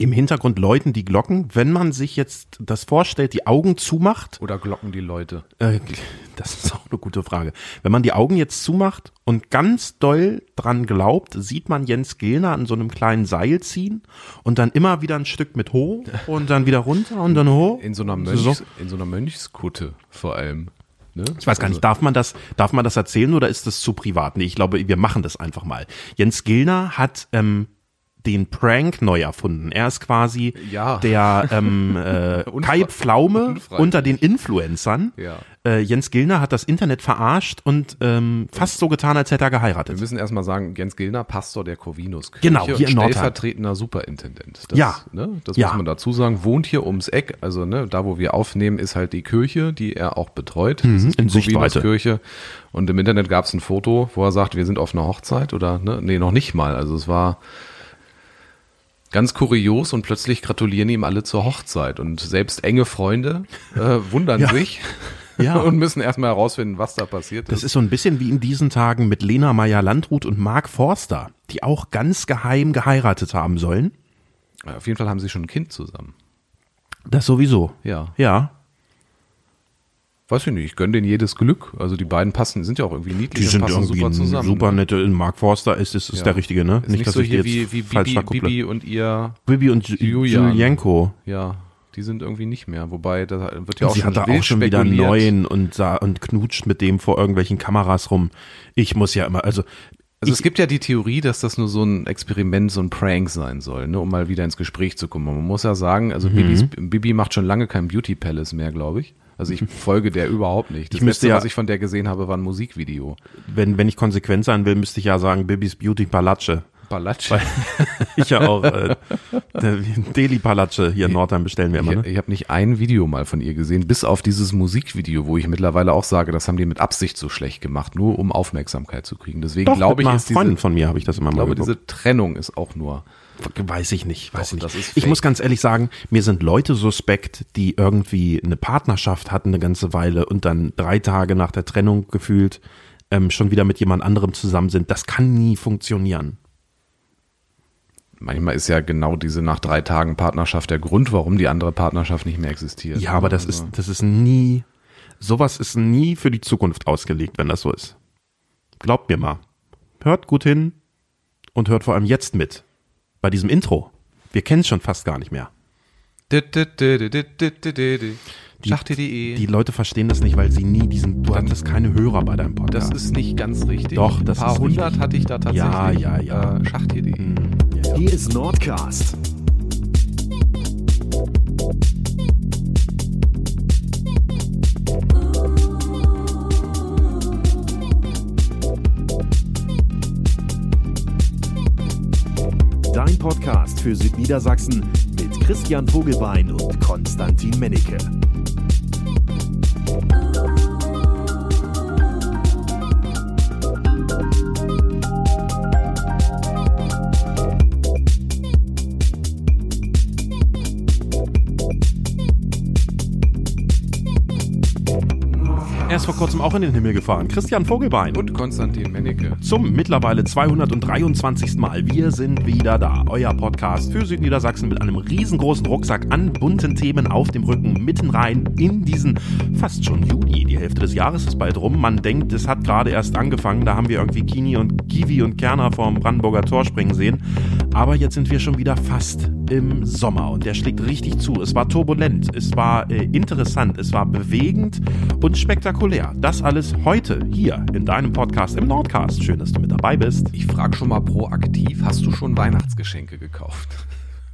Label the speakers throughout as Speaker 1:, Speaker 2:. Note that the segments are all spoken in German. Speaker 1: Im Hintergrund läuten die Glocken. Wenn man sich jetzt das vorstellt, die Augen zumacht,
Speaker 2: Oder glocken die Leute?
Speaker 1: äh, das ist auch eine gute Frage. Wenn man die Augen jetzt zumacht und ganz doll dran glaubt, sieht man Jens Gilner an so einem kleinen Seil ziehen und dann immer wieder ein Stück mit hoch und dann wieder runter und dann hoch.
Speaker 2: In so einer, Mönchs, in so einer Mönchskutte vor allem. Ne?
Speaker 1: Ich weiß gar nicht, darf man das, darf man das erzählen oder ist das zu privat? Nee, ich glaube, wir machen das einfach mal. Jens Gilner hat ähm, den Prank neu erfunden. Er ist quasi
Speaker 2: Ja.
Speaker 1: der ähm, äh, Kai Pflaume
Speaker 2: Unfreiwillig.
Speaker 1: unter den Influencern.
Speaker 2: Ja.
Speaker 1: Äh, Jens Gilner hat das Internet verarscht und ähm, fast so getan, als hätte er
Speaker 2: Wir
Speaker 1: geheiratet.
Speaker 2: müssen erstmal sagen, Jens Gilner, Pastor der Corvinus.
Speaker 1: Genau, hier in Nordheim.
Speaker 2: Stellvertretender Superintendent. Das,
Speaker 1: Ja.
Speaker 2: Ne, das
Speaker 1: Ja.
Speaker 2: muss man dazu sagen. Wohnt hier ums Eck. Also ne, da, wo wir aufnehmen, ist halt die Kirche, die er auch betreut. Das ist die
Speaker 1: Mhm, in Sichtweite.
Speaker 2: Corvinuskirche. Und im Internet gab es ein Foto, wo er sagt, wir sind auf einer Hochzeit oder ne, nee, noch nicht mal. Also es war ganz kurios und plötzlich gratulieren ihm alle zur Hochzeit. Und selbst enge Freunde äh, wundern
Speaker 1: Ja.
Speaker 2: sich
Speaker 1: Ja.
Speaker 2: und müssen erstmal herausfinden, was da passiert
Speaker 1: Das ist so ein bisschen wie in diesen Tagen mit Lena Meyer-Landrut und Mark Forster, die auch ganz geheim geheiratet haben sollen.
Speaker 2: Auf jeden Fall haben sie schon ein Kind zusammen.
Speaker 1: Das sowieso.
Speaker 2: Ja.
Speaker 1: Ja.
Speaker 2: Weiß ich nicht, ich gönne denen jedes Glück. Also die beiden passen, sind ja auch irgendwie niedlich
Speaker 1: Die
Speaker 2: und
Speaker 1: sind
Speaker 2: passen
Speaker 1: irgendwie
Speaker 2: super
Speaker 1: super,
Speaker 2: zusammen. ne?
Speaker 1: nette. Mark Forster ist, ist, ist
Speaker 2: Ja.
Speaker 1: der Richtige, ne?
Speaker 2: Ist nicht, so hier wie, wie
Speaker 1: falsch
Speaker 2: Bibi,
Speaker 1: verkupple.
Speaker 2: Bibi und ihr,
Speaker 1: Bibi und
Speaker 2: Julian.
Speaker 1: Julienko.
Speaker 2: ja, die sind irgendwie nicht mehr. Wobei, da wird ja auch
Speaker 1: Sie
Speaker 2: schon
Speaker 1: hat da
Speaker 2: wild
Speaker 1: auch schon wieder einen
Speaker 2: spekuliert.
Speaker 1: neuen und, sah, und knutscht mit dem vor irgendwelchen Kameras rum. Ich muss ja immer, also,
Speaker 2: Also es gibt ja die Theorie, dass das nur so ein Experiment, so ein Prank sein soll, ne, um mal wieder ins Gespräch zu kommen. Man muss ja sagen,
Speaker 1: Mhm.
Speaker 2: also Bibis, Bibi macht schon lange kein Beauty Palace mehr, glaube ich. Also ich folge der überhaupt nicht. Das
Speaker 1: Ich müsste
Speaker 2: Letzte,
Speaker 1: ja-
Speaker 2: was ich von der gesehen habe, war ein Musikvideo.
Speaker 1: wenn, wenn ich konsequent sein will, müsste ich ja sagen, Bibis Beauty Palatsche.
Speaker 2: Ballatsche.
Speaker 1: Ich ja auch, äh, der- Deli Palatsche hier in Nordheim bestellen wir immer,
Speaker 2: Ich,
Speaker 1: ne?
Speaker 2: ich habe nicht ein Video mal von ihr gesehen, bis auf dieses Musikvideo, wo ich mittlerweile auch sage, das haben die mit Absicht so schlecht gemacht, nur um Aufmerksamkeit zu kriegen. Deswegen
Speaker 1: Doch,
Speaker 2: glaube
Speaker 1: mit
Speaker 2: ich,
Speaker 1: einer
Speaker 2: ist diese,
Speaker 1: Freundin von mir habe ich das immer mal
Speaker 2: glaube,
Speaker 1: geguckt.
Speaker 2: diese Trennung ist auch nur.
Speaker 1: Weiß ich nicht, weiß
Speaker 2: Doch,
Speaker 1: ich
Speaker 2: das
Speaker 1: nicht.
Speaker 2: ist
Speaker 1: Ich
Speaker 2: fake.
Speaker 1: muss ganz ehrlich sagen, mir sind Leute suspekt, die irgendwie eine Partnerschaft hatten eine ganze Weile und dann drei Tage nach der Trennung gefühlt ähm, schon wieder mit jemand anderem zusammen sind. Das kann nie funktionieren.
Speaker 2: Manchmal ist ja genau diese nach drei Tagen Partnerschaft der Grund, warum die andere Partnerschaft nicht mehr existiert.
Speaker 1: Ja, aber das
Speaker 2: Also,
Speaker 1: ist, das ist nie, sowas ist nie für die Zukunft ausgelegt, wenn das so ist. Glaubt mir mal. Hört gut hin und hört vor allem jetzt mit. Bei diesem Intro. Wir kennen es schon fast gar nicht mehr.
Speaker 2: Schachtel.de.
Speaker 1: Die Leute verstehen das nicht, weil sie nie diesen, du hattest keine Hörer bei deinem Podcast.
Speaker 2: Das ist nicht ganz richtig.
Speaker 1: Doch, das
Speaker 2: Ein paar
Speaker 1: ist
Speaker 2: hundert
Speaker 1: richtig.
Speaker 2: hatte ich da tatsächlich.
Speaker 1: Ja, ja, ja.
Speaker 2: Äh, Schachtel.de.
Speaker 1: Mhm.
Speaker 3: Hier ist Nordcast. Dein Podcast für Südniedersachsen mit Christian Vogelbein und Konstantin Mennecke.
Speaker 1: Er ist vor kurzem auch in den Himmel gefahren. Christian Vogelbein. Und
Speaker 2: Und Konstantin Mennecke.
Speaker 1: zum mittlerweile 223. Mal. Wir sind wieder da. Euer Podcast für Südniedersachsen mit einem riesengroßen Rucksack an bunten Themen auf dem Rücken mitten rein in diesen fast schon Juli. Die Hälfte des Jahres ist bald rum. Man denkt, es hat gerade erst angefangen. Da haben wir irgendwie Kini und Kiwi und Kerner vorm Brandenburger Tor springen sehen. Aber jetzt sind wir schon wieder fast im Sommer und der schlägt richtig zu. Es war turbulent, es war äh, interessant, es war bewegend und spektakulär. Das alles heute hier in deinem Podcast im Nordcast. Schön, dass du mit dabei bist.
Speaker 2: Ich frage schon mal proaktiv, hast du schon Weihnachtsgeschenke gekauft?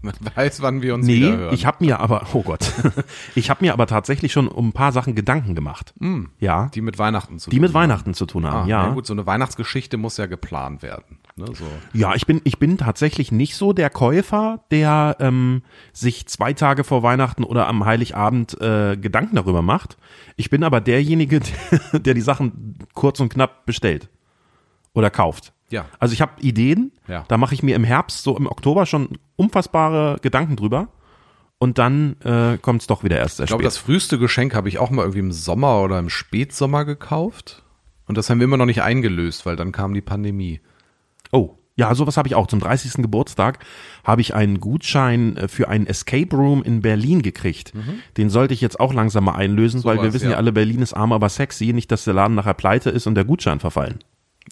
Speaker 2: Man weiß, wann wir uns
Speaker 1: Nee,
Speaker 2: wieder hören.
Speaker 1: ich habe mir aber, oh Gott, ich habe mir aber tatsächlich schon um ein paar Sachen Gedanken gemacht. Ja, die,
Speaker 2: Mm. die mit Weihnachten zu
Speaker 1: mit Weihnachten zu tun haben,
Speaker 2: Ah,
Speaker 1: ja.
Speaker 2: na gut, so eine Weihnachtsgeschichte muss ja geplant werden. Ne, so.
Speaker 1: Ja, ich bin, ich bin tatsächlich nicht so der Käufer, der ähm, sich zwei Tage vor Weihnachten oder am Heiligabend äh, Gedanken darüber macht. Ich bin aber derjenige, der die Sachen kurz und knapp bestellt oder kauft.
Speaker 2: Ja.
Speaker 1: Also ich habe Ideen,
Speaker 2: Ja.
Speaker 1: da mache ich mir im Herbst, so im Oktober schon unfassbare Gedanken drüber. Und dann äh, kommt es doch wieder erst sehr
Speaker 2: Ich glaube,
Speaker 1: spät.
Speaker 2: das früheste Geschenk habe ich auch mal irgendwie im Sommer oder im Spätsommer gekauft. Und das haben wir immer noch nicht eingelöst, weil dann kam die Pandemie.
Speaker 1: oh, Ja, sowas habe ich auch. Zum 30. Geburtstag habe ich einen Gutschein äh, für einen Escape Room in Berlin gekriegt. Den sollte ich jetzt auch langsam mal einlösen, weil wir
Speaker 2: Sowas,
Speaker 1: wissen ja.
Speaker 2: ja.
Speaker 1: alle, Berlin ist arm, aber sexy. Nicht, dass der Laden nachher pleite ist und der Gutschein verfallen.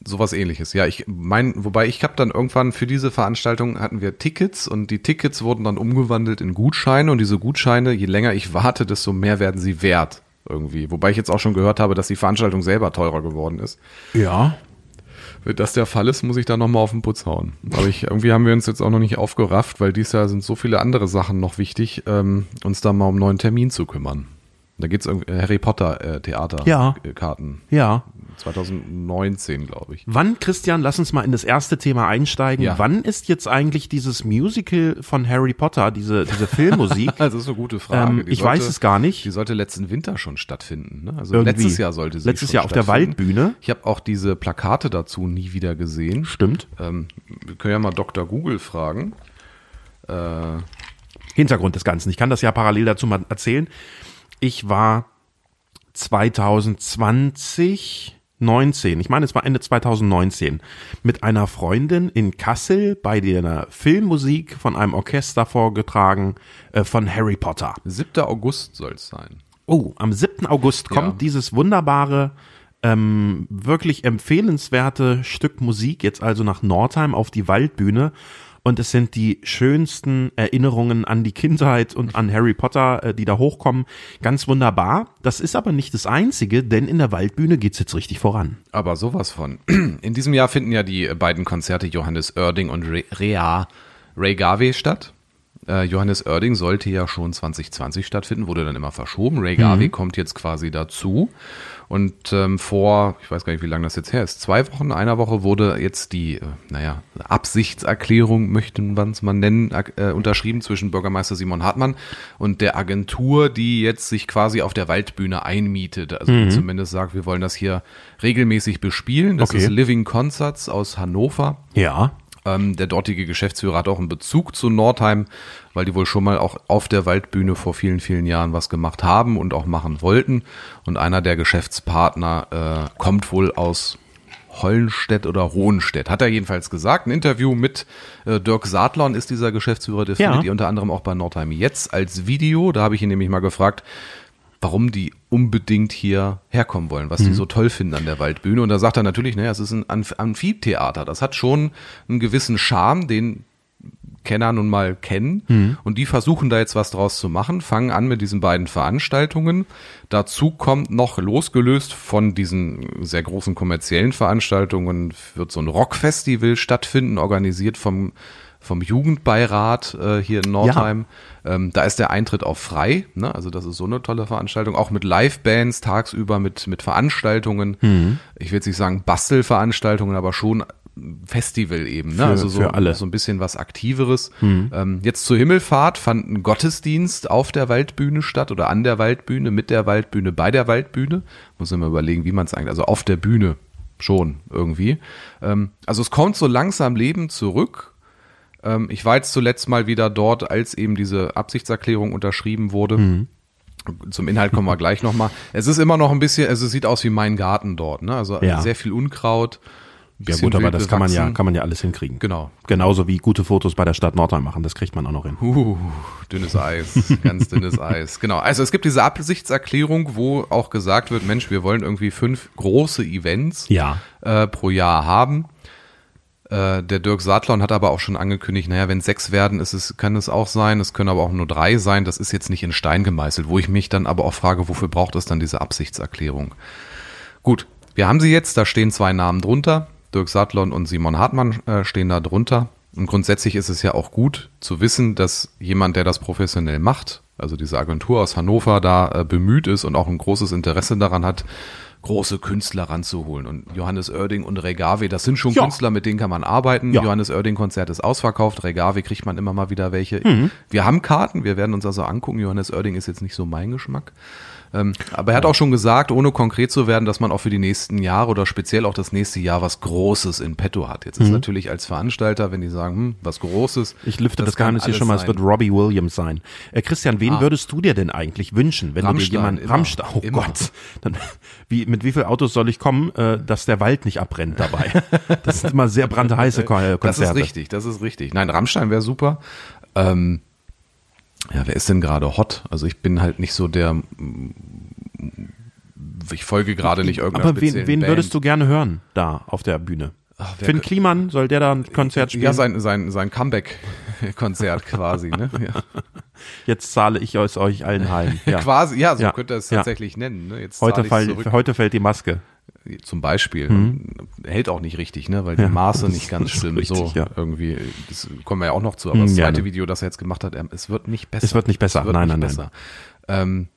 Speaker 2: Sowas ähnliches. Ja, ich mein, wobei ich habe dann irgendwann für diese Veranstaltung hatten wir Tickets und die Tickets wurden dann umgewandelt in Gutscheine und diese Gutscheine, je länger ich warte, desto mehr werden sie wert irgendwie. Wobei ich jetzt auch schon gehört habe, dass die Veranstaltung selber teurer geworden ist.
Speaker 1: Ja.
Speaker 2: Wenn das der Fall ist, muss ich da nochmal auf den Putz hauen. Aber ich, irgendwie haben wir uns jetzt auch noch nicht aufgerafft, weil dies Jahr sind so viele andere Sachen noch wichtig, ähm, uns da mal um einen neuen Termin zu kümmern. Da geht's um äh, Harry Potter äh, Theater
Speaker 1: Ja.
Speaker 2: äh, Karten.
Speaker 1: Ja.
Speaker 2: 2019, glaube ich.
Speaker 1: Wann, Christian, lass uns mal in das erste Thema einsteigen.
Speaker 2: Ja.
Speaker 1: Wann ist jetzt eigentlich dieses Musical von Harry Potter, diese, diese Filmmusik?
Speaker 2: Also das ist eine gute Frage.
Speaker 1: Ähm,
Speaker 2: Die
Speaker 1: ich weiß es gar nicht.
Speaker 2: Die sollte letzten Winter schon stattfinden. Ne? Also
Speaker 1: Irgendwie.
Speaker 2: letztes Jahr sollte sie
Speaker 1: Letztes
Speaker 2: schon
Speaker 1: Jahr auf der
Speaker 2: stattfinden.
Speaker 1: Waldbühne.
Speaker 2: Ich habe auch diese Plakate dazu nie wieder gesehen.
Speaker 1: Stimmt.
Speaker 2: Ähm, wir können ja mal Dr. Google fragen. Äh,
Speaker 1: Hintergrund des Ganzen. Ich kann das ja parallel dazu mal erzählen. Ich war 2020, 19, ich meine, es war Ende 2019, mit einer Freundin in Kassel bei der Filmmusik von einem Orchester vorgetragen äh, von Harry Potter.
Speaker 2: 7. August soll es sein.
Speaker 1: Oh, am 7. August kommt
Speaker 2: Ja.
Speaker 1: dieses wunderbare, ähm, wirklich empfehlenswerte Stück Musik jetzt also nach Nordheim auf die Waldbühne. Und es sind die schönsten Erinnerungen an die Kindheit und an Harry Potter, äh, die da hochkommen. Ganz wunderbar. Das ist aber nicht das Einzige, denn in der Waldbühne geht's jetzt richtig voran.
Speaker 2: Aber sowas von. In diesem Jahr finden ja die beiden Konzerte Johannes Oerding und Re- Rea Ray Garvey statt. Äh, Johannes Oerding sollte ja schon 2020 stattfinden, wurde dann immer verschoben. Ray Garvey kommt jetzt quasi dazu. Und ähm, vor, ich weiß gar nicht, wie lange das jetzt her ist, zwei Wochen, einer Woche wurde jetzt die, äh, naja, Absichtserklärung, möchten man es mal nennen, ak- äh, unterschrieben zwischen Bürgermeister Simon Hartmann und der Agentur, die jetzt sich quasi auf der Waldbühne einmietet. Also zumindest sagt, wir wollen das hier regelmäßig bespielen. Das
Speaker 1: Okay.
Speaker 2: ist Living Concerts aus Hannover.
Speaker 1: Ja.
Speaker 2: Ähm, der dortige Geschäftsführer hat auch einen Bezug zu Nordheim, weil die wohl schon mal auch auf der Waldbühne vor vielen, vielen Jahren was gemacht haben und auch machen wollten. Und einer der Geschäftspartner äh, kommt wohl aus Hollenstedt oder Hohenstedt, hat er jedenfalls gesagt. Ein Interview mit äh, Dirk Sadlon ist dieser Geschäftsführer, der
Speaker 1: Ja.
Speaker 2: findet ihr unter anderem auch bei Nordheim jetzt als Video. Da habe ich ihn nämlich mal gefragt, warum die unbedingt hier herkommen wollen, was die so toll finden an der Waldbühne. Und da sagt er natürlich, naja, es ist ein Amph Amphitheater. Das hat schon einen gewissen Charme, den Kenner nun mal kennen. Und die versuchen da jetzt was draus zu machen, fangen an mit diesen beiden Veranstaltungen. Dazu kommt noch losgelöst von diesen sehr großen kommerziellen Veranstaltungen wird so ein Rockfestival stattfinden, organisiert vom vom Jugendbeirat äh, hier in Nordheim. Ähm, da ist der Eintritt auch frei. Ne? Also das ist so eine tolle Veranstaltung. Auch mit Live-Bands tagsüber, mit, mit Veranstaltungen. Ich will jetzt nicht sagen Bastelveranstaltungen, aber schon Festival eben. Ne?
Speaker 1: Für-
Speaker 2: also so,
Speaker 1: für alle. Mhm.
Speaker 2: so ein bisschen was Aktiveres. Ähm, jetzt zur Himmelfahrt fand ein Gottesdienst auf der Waldbühne statt oder an der Waldbühne, mit der Waldbühne, bei der Waldbühne. Muss man mal überlegen, wie man es eigentlich, also auf der Bühne schon irgendwie. Ähm, also es kommt so langsam Leben zurück. Ähm, ich war jetzt zuletzt mal wieder dort, als eben diese Absichtserklärung unterschrieben wurde.
Speaker 1: Mhm.
Speaker 2: Zum Inhalt kommen wir gleich nochmal. Es ist immer noch ein bisschen, also es sieht aus wie mein Garten dort, ne? Also
Speaker 1: Ja.
Speaker 2: sehr viel Unkraut.
Speaker 1: Ja
Speaker 2: bisschen
Speaker 1: gut, aber
Speaker 2: wild
Speaker 1: das kann man ja,
Speaker 2: bewachsen.
Speaker 1: kann man ja alles hinkriegen.
Speaker 2: Genau.
Speaker 1: Genauso wie gute Fotos bei der Stadt Nordheim machen, das kriegt man auch noch hin.
Speaker 2: Uh, dünnes Eis, ganz dünnes Eis. Genau, also es gibt diese Absichtserklärung, wo auch gesagt wird, Mensch, wir wollen irgendwie fünf große Events
Speaker 1: Ja.
Speaker 2: äh, pro Jahr haben. Äh, der Dirk Sadlon hat aber auch schon angekündigt, naja, wenn sechs werden, ist es, kann es auch sein, es können aber auch nur drei sein, das ist jetzt nicht in Stein gemeißelt, wo ich mich dann aber auch frage, wofür braucht es dann diese Absichtserklärung? Gut, wir haben sie jetzt, da stehen zwei Namen drunter. Dirk Sadlon und Simon Hartmann äh, stehen da drunter. Und grundsätzlich ist es ja auch gut zu wissen, dass jemand, der das professionell macht, also diese Agentur aus Hannover, da äh, bemüht ist und auch ein großes Interesse daran hat, große Künstler ranzuholen. Und Johannes Oerding und Regavi, das sind schon
Speaker 1: Ja.
Speaker 2: Künstler, mit denen kann man arbeiten.
Speaker 1: Ja.
Speaker 2: Johannes Oerding-Konzert ist ausverkauft, Regavi kriegt man immer mal wieder welche.
Speaker 1: Mhm.
Speaker 2: Wir haben Karten, wir werden uns also angucken. Johannes Oerding ist jetzt nicht so mein Geschmack. Ähm, aber er hat auch schon gesagt, ohne konkret zu werden, dass man auch für die nächsten Jahre oder speziell auch das nächste Jahr was Großes in petto hat. Jetzt ist natürlich als Veranstalter, wenn die sagen, hm, was Großes.
Speaker 1: Mhm. Ich lüfte das,
Speaker 2: kann
Speaker 1: Geheimnis hier
Speaker 2: alles
Speaker 1: schon mal, es
Speaker 2: sein. Ah.
Speaker 1: wird Robbie Williams sein. Äh, Christian, wen würdest du dir denn eigentlich wünschen, wenn du dir
Speaker 2: Rammstein,
Speaker 1: jemanden
Speaker 2: immer.
Speaker 1: Rammstein, oh
Speaker 2: Immer.
Speaker 1: Gott, dann, wie, mit wie viel Autos soll ich kommen, äh, dass der Wald nicht abbrennt dabei. Das sind immer sehr brandheiße Ko- Konzerte.
Speaker 2: Das ist richtig, das ist richtig. Nein, Rammstein wäre super. Ähm, ja, wer ist denn gerade hot? Also ich bin halt nicht so der. mm, Ich folge gerade nicht irgendeiner
Speaker 1: Aber wen, wen würdest du gerne hören da auf der Bühne?
Speaker 2: Ah, wer
Speaker 1: Finn
Speaker 2: kö- Band.
Speaker 1: Kliman, soll der da ein Konzert spielen?
Speaker 2: Ja, sein, sein, sein Comeback-Konzert quasi, ne? Ja.
Speaker 1: Jetzt zahle ich es euch allen heim. Ja.
Speaker 2: Quasi, ja, so
Speaker 1: Ja,
Speaker 2: könnte er es
Speaker 1: ja.
Speaker 2: tatsächlich nennen. Ne? Jetzt zahle
Speaker 1: Heute,
Speaker 2: ich's
Speaker 1: fall,
Speaker 2: zurück.
Speaker 1: heute fällt die Maske.
Speaker 2: zum Beispiel. Hält auch nicht richtig, ne? Weil die
Speaker 1: Mhm. Ja,
Speaker 2: Maße
Speaker 1: das
Speaker 2: nicht ganz
Speaker 1: ist
Speaker 2: stimmen.
Speaker 1: richtig,
Speaker 2: so
Speaker 1: ja. Mhm,
Speaker 2: irgendwie, das kommen wir ja auch noch zu, aber das
Speaker 1: gerne.
Speaker 2: zweite Video, das er jetzt gemacht hat, ähm, es wird nicht besser.
Speaker 1: Es wird nicht besser.
Speaker 2: Es wird
Speaker 1: Nein,
Speaker 2: nicht
Speaker 1: nein,
Speaker 2: besser. Ähm,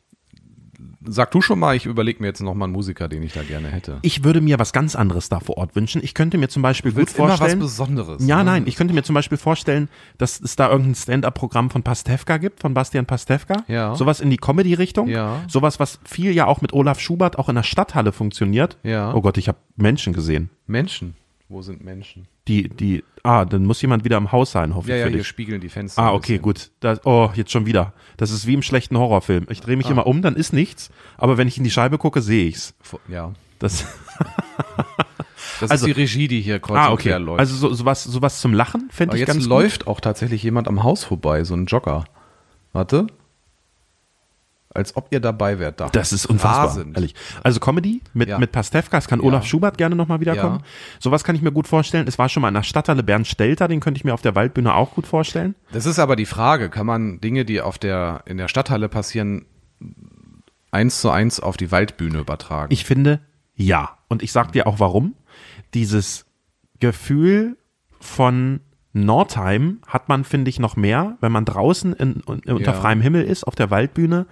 Speaker 2: sag du schon mal, ich überlege mir jetzt noch mal einen Musiker, den ich da gerne hätte.
Speaker 1: Ich würde mir was ganz anderes da vor Ort wünschen. Ich könnte mir zum Beispiel gut
Speaker 2: willst immer was
Speaker 1: vorstellen.
Speaker 2: Besonderes,
Speaker 1: Ja,
Speaker 2: ne?
Speaker 1: nein, ich könnte mir zum Beispiel vorstellen, dass es da irgendein Stand-up-Programm von Pastewka gibt, von Bastian Pastewka.
Speaker 2: Ja.
Speaker 1: Sowas in die Comedy-Richtung.
Speaker 2: Ja.
Speaker 1: Sowas, was viel ja auch mit Olaf Schubert auch in der Stadthalle funktioniert.
Speaker 2: Ja.
Speaker 1: Oh Gott, ich habe Menschen gesehen.
Speaker 2: Menschen. Wo sind Menschen?
Speaker 1: Die, die, ah, dann muss jemand wieder im Haus sein, hoffe
Speaker 2: Ja,
Speaker 1: ich
Speaker 2: ja,
Speaker 1: für
Speaker 2: hier
Speaker 1: dich.
Speaker 2: spiegeln die Fenster.
Speaker 1: Ah,
Speaker 2: ein
Speaker 1: okay,
Speaker 2: bisschen.
Speaker 1: gut. Das, oh, jetzt schon wieder. Das ist wie im schlechten Horrorfilm. Ich
Speaker 2: Ah.
Speaker 1: drehe mich immer um, dann ist nichts. Aber wenn ich in die Scheibe gucke, sehe ich's.
Speaker 2: Vo- Ja.
Speaker 1: Das,
Speaker 2: Das
Speaker 1: Also-
Speaker 2: ist die Regie, die hier kreuz
Speaker 1: ah,
Speaker 2: und
Speaker 1: okay.
Speaker 2: quer läuft.
Speaker 1: Also so, sowas, sowas zum Lachen fände
Speaker 2: Aber
Speaker 1: ich
Speaker 2: jetzt
Speaker 1: ganz
Speaker 2: läuft auch tatsächlich jemand am Haus vorbei, so ein Jogger. Warte. Als ob ihr dabei wärt. Da.
Speaker 1: gut. Das ist unfassbar,
Speaker 2: Rasend.
Speaker 1: ehrlich. Also Comedy mit,
Speaker 2: Ja.
Speaker 1: mit Pastewka, es kann Olaf
Speaker 2: Ja.
Speaker 1: Schubert gerne nochmal wiederkommen.
Speaker 2: Ja.
Speaker 1: Sowas kann ich mir gut vorstellen. Es war schon mal in der Stadthalle Bernd Stelter, den könnte ich mir auf der Waldbühne auch gut vorstellen.
Speaker 2: Das ist aber die Frage, kann man Dinge, die auf der, in der Stadthalle passieren, eins zu eins auf die Waldbühne übertragen?
Speaker 1: Ich finde, ja. Und ich sag dir auch warum. Dieses Gefühl von Nordheim hat man, finde ich, noch mehr, wenn man draußen in, un- unter
Speaker 2: Ja.
Speaker 1: freiem Himmel ist, auf der Waldbühne,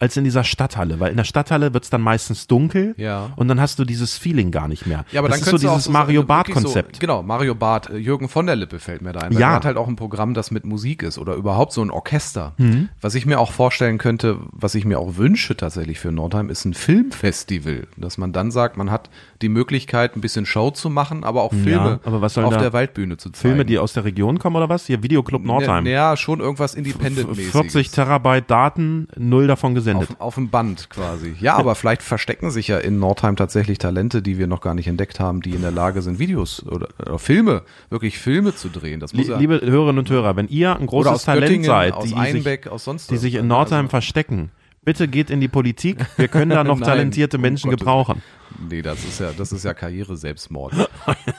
Speaker 1: als in dieser Stadthalle. Weil in der Stadthalle wird's dann meistens dunkel
Speaker 2: Ja.
Speaker 1: und dann hast du dieses Feeling gar nicht mehr.
Speaker 2: ja, aber
Speaker 1: das
Speaker 2: dann
Speaker 1: ist so
Speaker 2: könntest du auch
Speaker 1: dieses
Speaker 2: so sagen,
Speaker 1: Mario
Speaker 2: wirklich
Speaker 1: Barth-Konzept.
Speaker 2: So, genau, Mario Barth, äh, Jürgen von der Lippe fällt mir da ein. weil
Speaker 1: Ja.
Speaker 2: Der hat halt auch ein Programm, das mit Musik ist oder überhaupt so ein Orchester.
Speaker 1: Mhm.
Speaker 2: Was ich mir auch vorstellen könnte, was ich mir auch wünsche tatsächlich für Nordheim, ist ein Filmfestival. Dass man dann sagt, man hat die Möglichkeit, ein bisschen Show zu machen, aber auch Filme
Speaker 1: aber was soll
Speaker 2: auf
Speaker 1: da-
Speaker 2: der Waldbühne zu zeigen.
Speaker 1: Filme, die aus der Region kommen oder was? Hier Videoclub
Speaker 2: Ne,
Speaker 1: Nordheim.
Speaker 2: Ja, schon irgendwas Independent-mäßiges.
Speaker 1: 40 Terabyte Daten, null davon gesendet.
Speaker 2: Auf, auf dem Band quasi. Ja, aber vielleicht verstecken sich ja in Nordheim tatsächlich Talente, die wir noch gar nicht entdeckt haben, die in der Lage sind, Videos oder, oder Filme, wirklich Filme zu drehen. Das muss
Speaker 1: Lie-
Speaker 2: ja,
Speaker 1: Liebe Hörerinnen und Hörer, wenn ihr ein
Speaker 2: oder
Speaker 1: großes
Speaker 2: aus
Speaker 1: Talent
Speaker 2: Göttingen,
Speaker 1: seid,
Speaker 2: aus
Speaker 1: die
Speaker 2: Einbeck,
Speaker 1: sich,
Speaker 2: aus sonst
Speaker 1: die
Speaker 2: was.
Speaker 1: sich in Nordheim verstecken, bitte geht in die Politik. Wir können da noch
Speaker 2: Nein,
Speaker 1: talentierte
Speaker 2: um
Speaker 1: Menschen
Speaker 2: Gottes
Speaker 1: gebrauchen.
Speaker 2: Nee, das ist ja, das ist ja Karriere-Selbstmord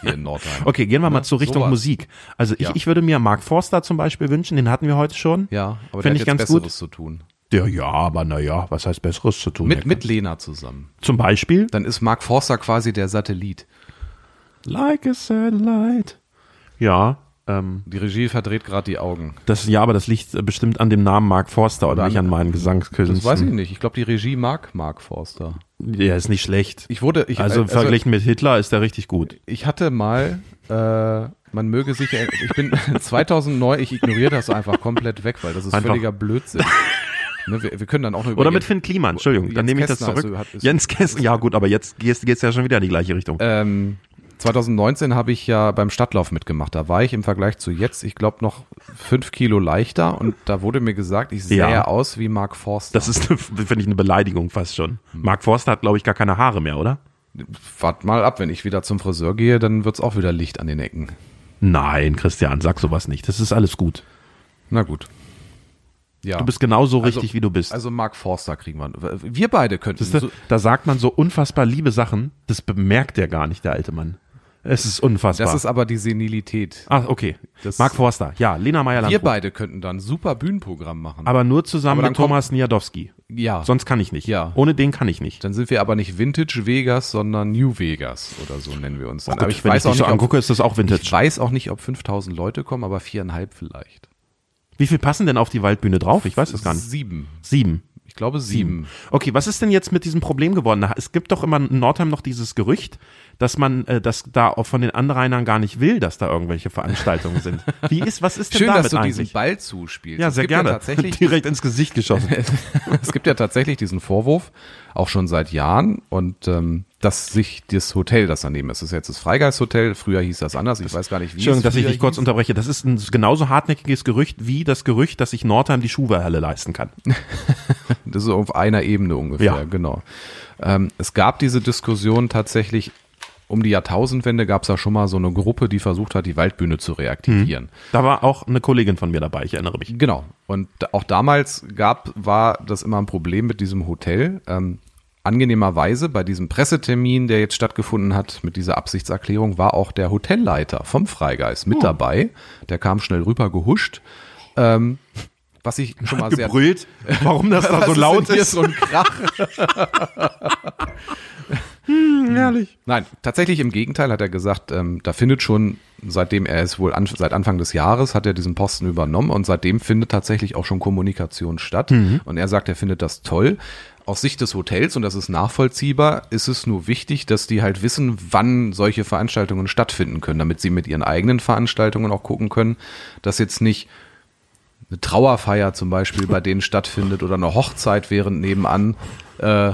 Speaker 2: hier in Nordheim.
Speaker 1: Okay, gehen wir mal zur Richtung
Speaker 2: Ne, sowas.
Speaker 1: Musik. Also ich,
Speaker 2: Ja.
Speaker 1: ich würde mir Mark Forster zum Beispiel wünschen, den hatten wir heute schon.
Speaker 2: Ja, aber der
Speaker 1: Finde
Speaker 2: hat
Speaker 1: ich
Speaker 2: jetzt
Speaker 1: ganz
Speaker 2: Besseres
Speaker 1: gut.
Speaker 2: zu tun.
Speaker 1: Ja, ja, aber naja, was heißt Besseres zu tun?
Speaker 2: Mit,
Speaker 1: Herr
Speaker 2: mit Lena zusammen.
Speaker 1: Kl- zum Beispiel
Speaker 2: Dann ist Mark Forster quasi der Satellit.
Speaker 1: Like a Satellite. Ja, ähm,
Speaker 2: Die Regie verdreht gerade die Augen.
Speaker 1: das, ja, aber das liegt äh, bestimmt an dem Namen Mark Forster oder
Speaker 2: Oder
Speaker 1: nicht
Speaker 2: an-
Speaker 1: an meinen Gesangskünsten.
Speaker 2: Das weiß ich nicht. Ich glaube, die Regie mag Mark Forster.
Speaker 1: Der ist nicht schlecht.
Speaker 2: Ich wurde, ich,
Speaker 1: also verglichen mit Hitler ist der richtig gut.
Speaker 2: ich hatte mal, äh, man möge sich, er- ich bin 2009, ich ignoriere das einfach komplett weg, weil das ist
Speaker 1: Einfach.
Speaker 2: völliger Blödsinn. Ne, wir, wir können dann auch noch über
Speaker 1: Oder mit
Speaker 2: jeden-
Speaker 1: Finn Kliman, Entschuldigung, dann
Speaker 2: Jens
Speaker 1: nehme ich das
Speaker 2: Kästner
Speaker 1: zurück.
Speaker 2: ist so- hat- ist-
Speaker 1: Jens Kessler, ja gut, aber jetzt gehst du ja schon wieder in die gleiche Richtung.
Speaker 2: ähm, 2019 habe ich ja beim Stadtlauf mitgemacht. Da war ich im Vergleich zu jetzt, ich glaube, noch fünf Kilo leichter und da wurde mir gesagt, ich sehe
Speaker 1: Ja.
Speaker 2: aus wie Mark Forster.
Speaker 1: das ist, eine- finde ich, eine Beleidigung fast schon.
Speaker 2: Hm.
Speaker 1: Mark Forster hat, glaube ich, gar keine Haare mehr, oder?
Speaker 2: Wart mal ab, wenn ich wieder zum Friseur gehe, dann wird's auch wieder Licht an den Ecken.
Speaker 1: Nein, Christian, sag sowas nicht. Das ist alles gut.
Speaker 2: Na gut. Ja.
Speaker 1: Du bist genauso richtig, wie du bist.
Speaker 2: Also Mark Forster kriegen wir. Wir beide könnten.
Speaker 1: Siehste,
Speaker 2: so-
Speaker 1: da sagt man so unfassbar liebe Sachen, das bemerkt er gar nicht, der alte Mann. Es ist unfassbar.
Speaker 2: Das ist aber die Senilität.
Speaker 1: Ach, okay.
Speaker 2: Das-
Speaker 1: Mark Forster, ja, Lena
Speaker 2: Wir
Speaker 1: Meyer-Landrut.
Speaker 2: beide könnten dann super Bühnenprogramm machen.
Speaker 1: Aber nur zusammen
Speaker 2: Aber dann
Speaker 1: mit Thomas Niadowski.
Speaker 2: ja,
Speaker 1: Sonst kann ich nicht.
Speaker 2: Ja.
Speaker 1: Ohne den kann ich nicht.
Speaker 2: dann sind wir aber nicht Vintage Vegas, sondern New Vegas oder so nennen wir uns dann. aber ich
Speaker 1: wenn
Speaker 2: weiß,
Speaker 1: ich
Speaker 2: auch
Speaker 1: dich
Speaker 2: nicht,
Speaker 1: so
Speaker 2: ob, Hm.
Speaker 1: angucke, ist das auch
Speaker 2: ich
Speaker 1: Vintage.
Speaker 2: weiß auch nicht, ob 5000 Leute kommen, aber viereinhalb vielleicht.
Speaker 1: Wie viel passen denn auf die Waldbühne drauf? Ich weiß das gar nicht.
Speaker 2: Sieben.
Speaker 1: Sieben.
Speaker 2: Ich glaube sieben.
Speaker 1: Okay, was ist denn jetzt mit diesem Problem geworden? Da- Es gibt doch immer in Nordheim noch dieses Gerücht, dass man, äh, dass da auch von den Anrainern gar nicht will, dass da irgendwelche Veranstaltungen sind. Wie ist, was ist denn
Speaker 2: Schön,
Speaker 1: damit
Speaker 2: dass du
Speaker 1: eigentlich?
Speaker 2: diesen Ball zuspielst.
Speaker 1: ja,
Speaker 2: Es
Speaker 1: sehr
Speaker 2: gibt
Speaker 1: gerne.
Speaker 2: Ja tatsächlich
Speaker 1: Direkt ins Gesicht geschossen.
Speaker 2: es gibt ja tatsächlich diesen Vorwurf, auch schon seit Jahren, und ähm, dass sich das Hotel, das daneben ist, das ist jetzt das Freigeisthotel, früher hieß das anders, ich weiß gar nicht, wie
Speaker 1: Entschuldigung,
Speaker 2: es
Speaker 1: dass ich
Speaker 2: früher
Speaker 1: dich kurz
Speaker 2: hieß.
Speaker 1: unterbreche. Das ist ein genauso hartnäckiges Gerücht wie das Gerücht, dass sich Nordheim die Schuhwerhalle leisten kann.
Speaker 2: Das ist auf einer Ebene ungefähr,
Speaker 1: Ja.
Speaker 2: genau. Ähm, es gab diese Diskussion tatsächlich um die Jahrtausendwende gab es ja schon mal so eine Gruppe, die versucht hat, die Waldbühne zu reaktivieren.
Speaker 1: Da war auch eine Kollegin von mir dabei, ich erinnere mich.
Speaker 2: Genau. Und auch damals gab, war das immer ein Problem mit diesem Hotel. Ähm, angenehmerweise bei diesem Pressetermin, der jetzt stattgefunden hat mit dieser Absichtserklärung, war auch der Hotelleiter vom Freigeist
Speaker 1: Oh.
Speaker 2: mit dabei. Der kam schnell rüber gehuscht. Ähm, was ich schon mal
Speaker 1: Hat
Speaker 2: sehr
Speaker 1: gebrüllt, warum das da
Speaker 2: Was
Speaker 1: so
Speaker 2: ist
Speaker 1: laut
Speaker 2: denn hier
Speaker 1: ist.
Speaker 2: so ein Krach.
Speaker 1: Herrlich.
Speaker 2: Nein, tatsächlich im Gegenteil hat er gesagt, ähm, da findet schon, seitdem er es wohl an, seit Anfang des Jahres hat er diesen Posten übernommen und seitdem findet tatsächlich auch schon Kommunikation statt. Und er sagt, er findet das toll. Aus Sicht des Hotels, und das ist nachvollziehbar, ist es nur wichtig, dass die halt wissen, wann solche Veranstaltungen stattfinden können, damit sie mit ihren eigenen Veranstaltungen auch gucken können, dass jetzt nicht eine Trauerfeier zum Beispiel bei denen stattfindet oder eine Hochzeit, während nebenan äh,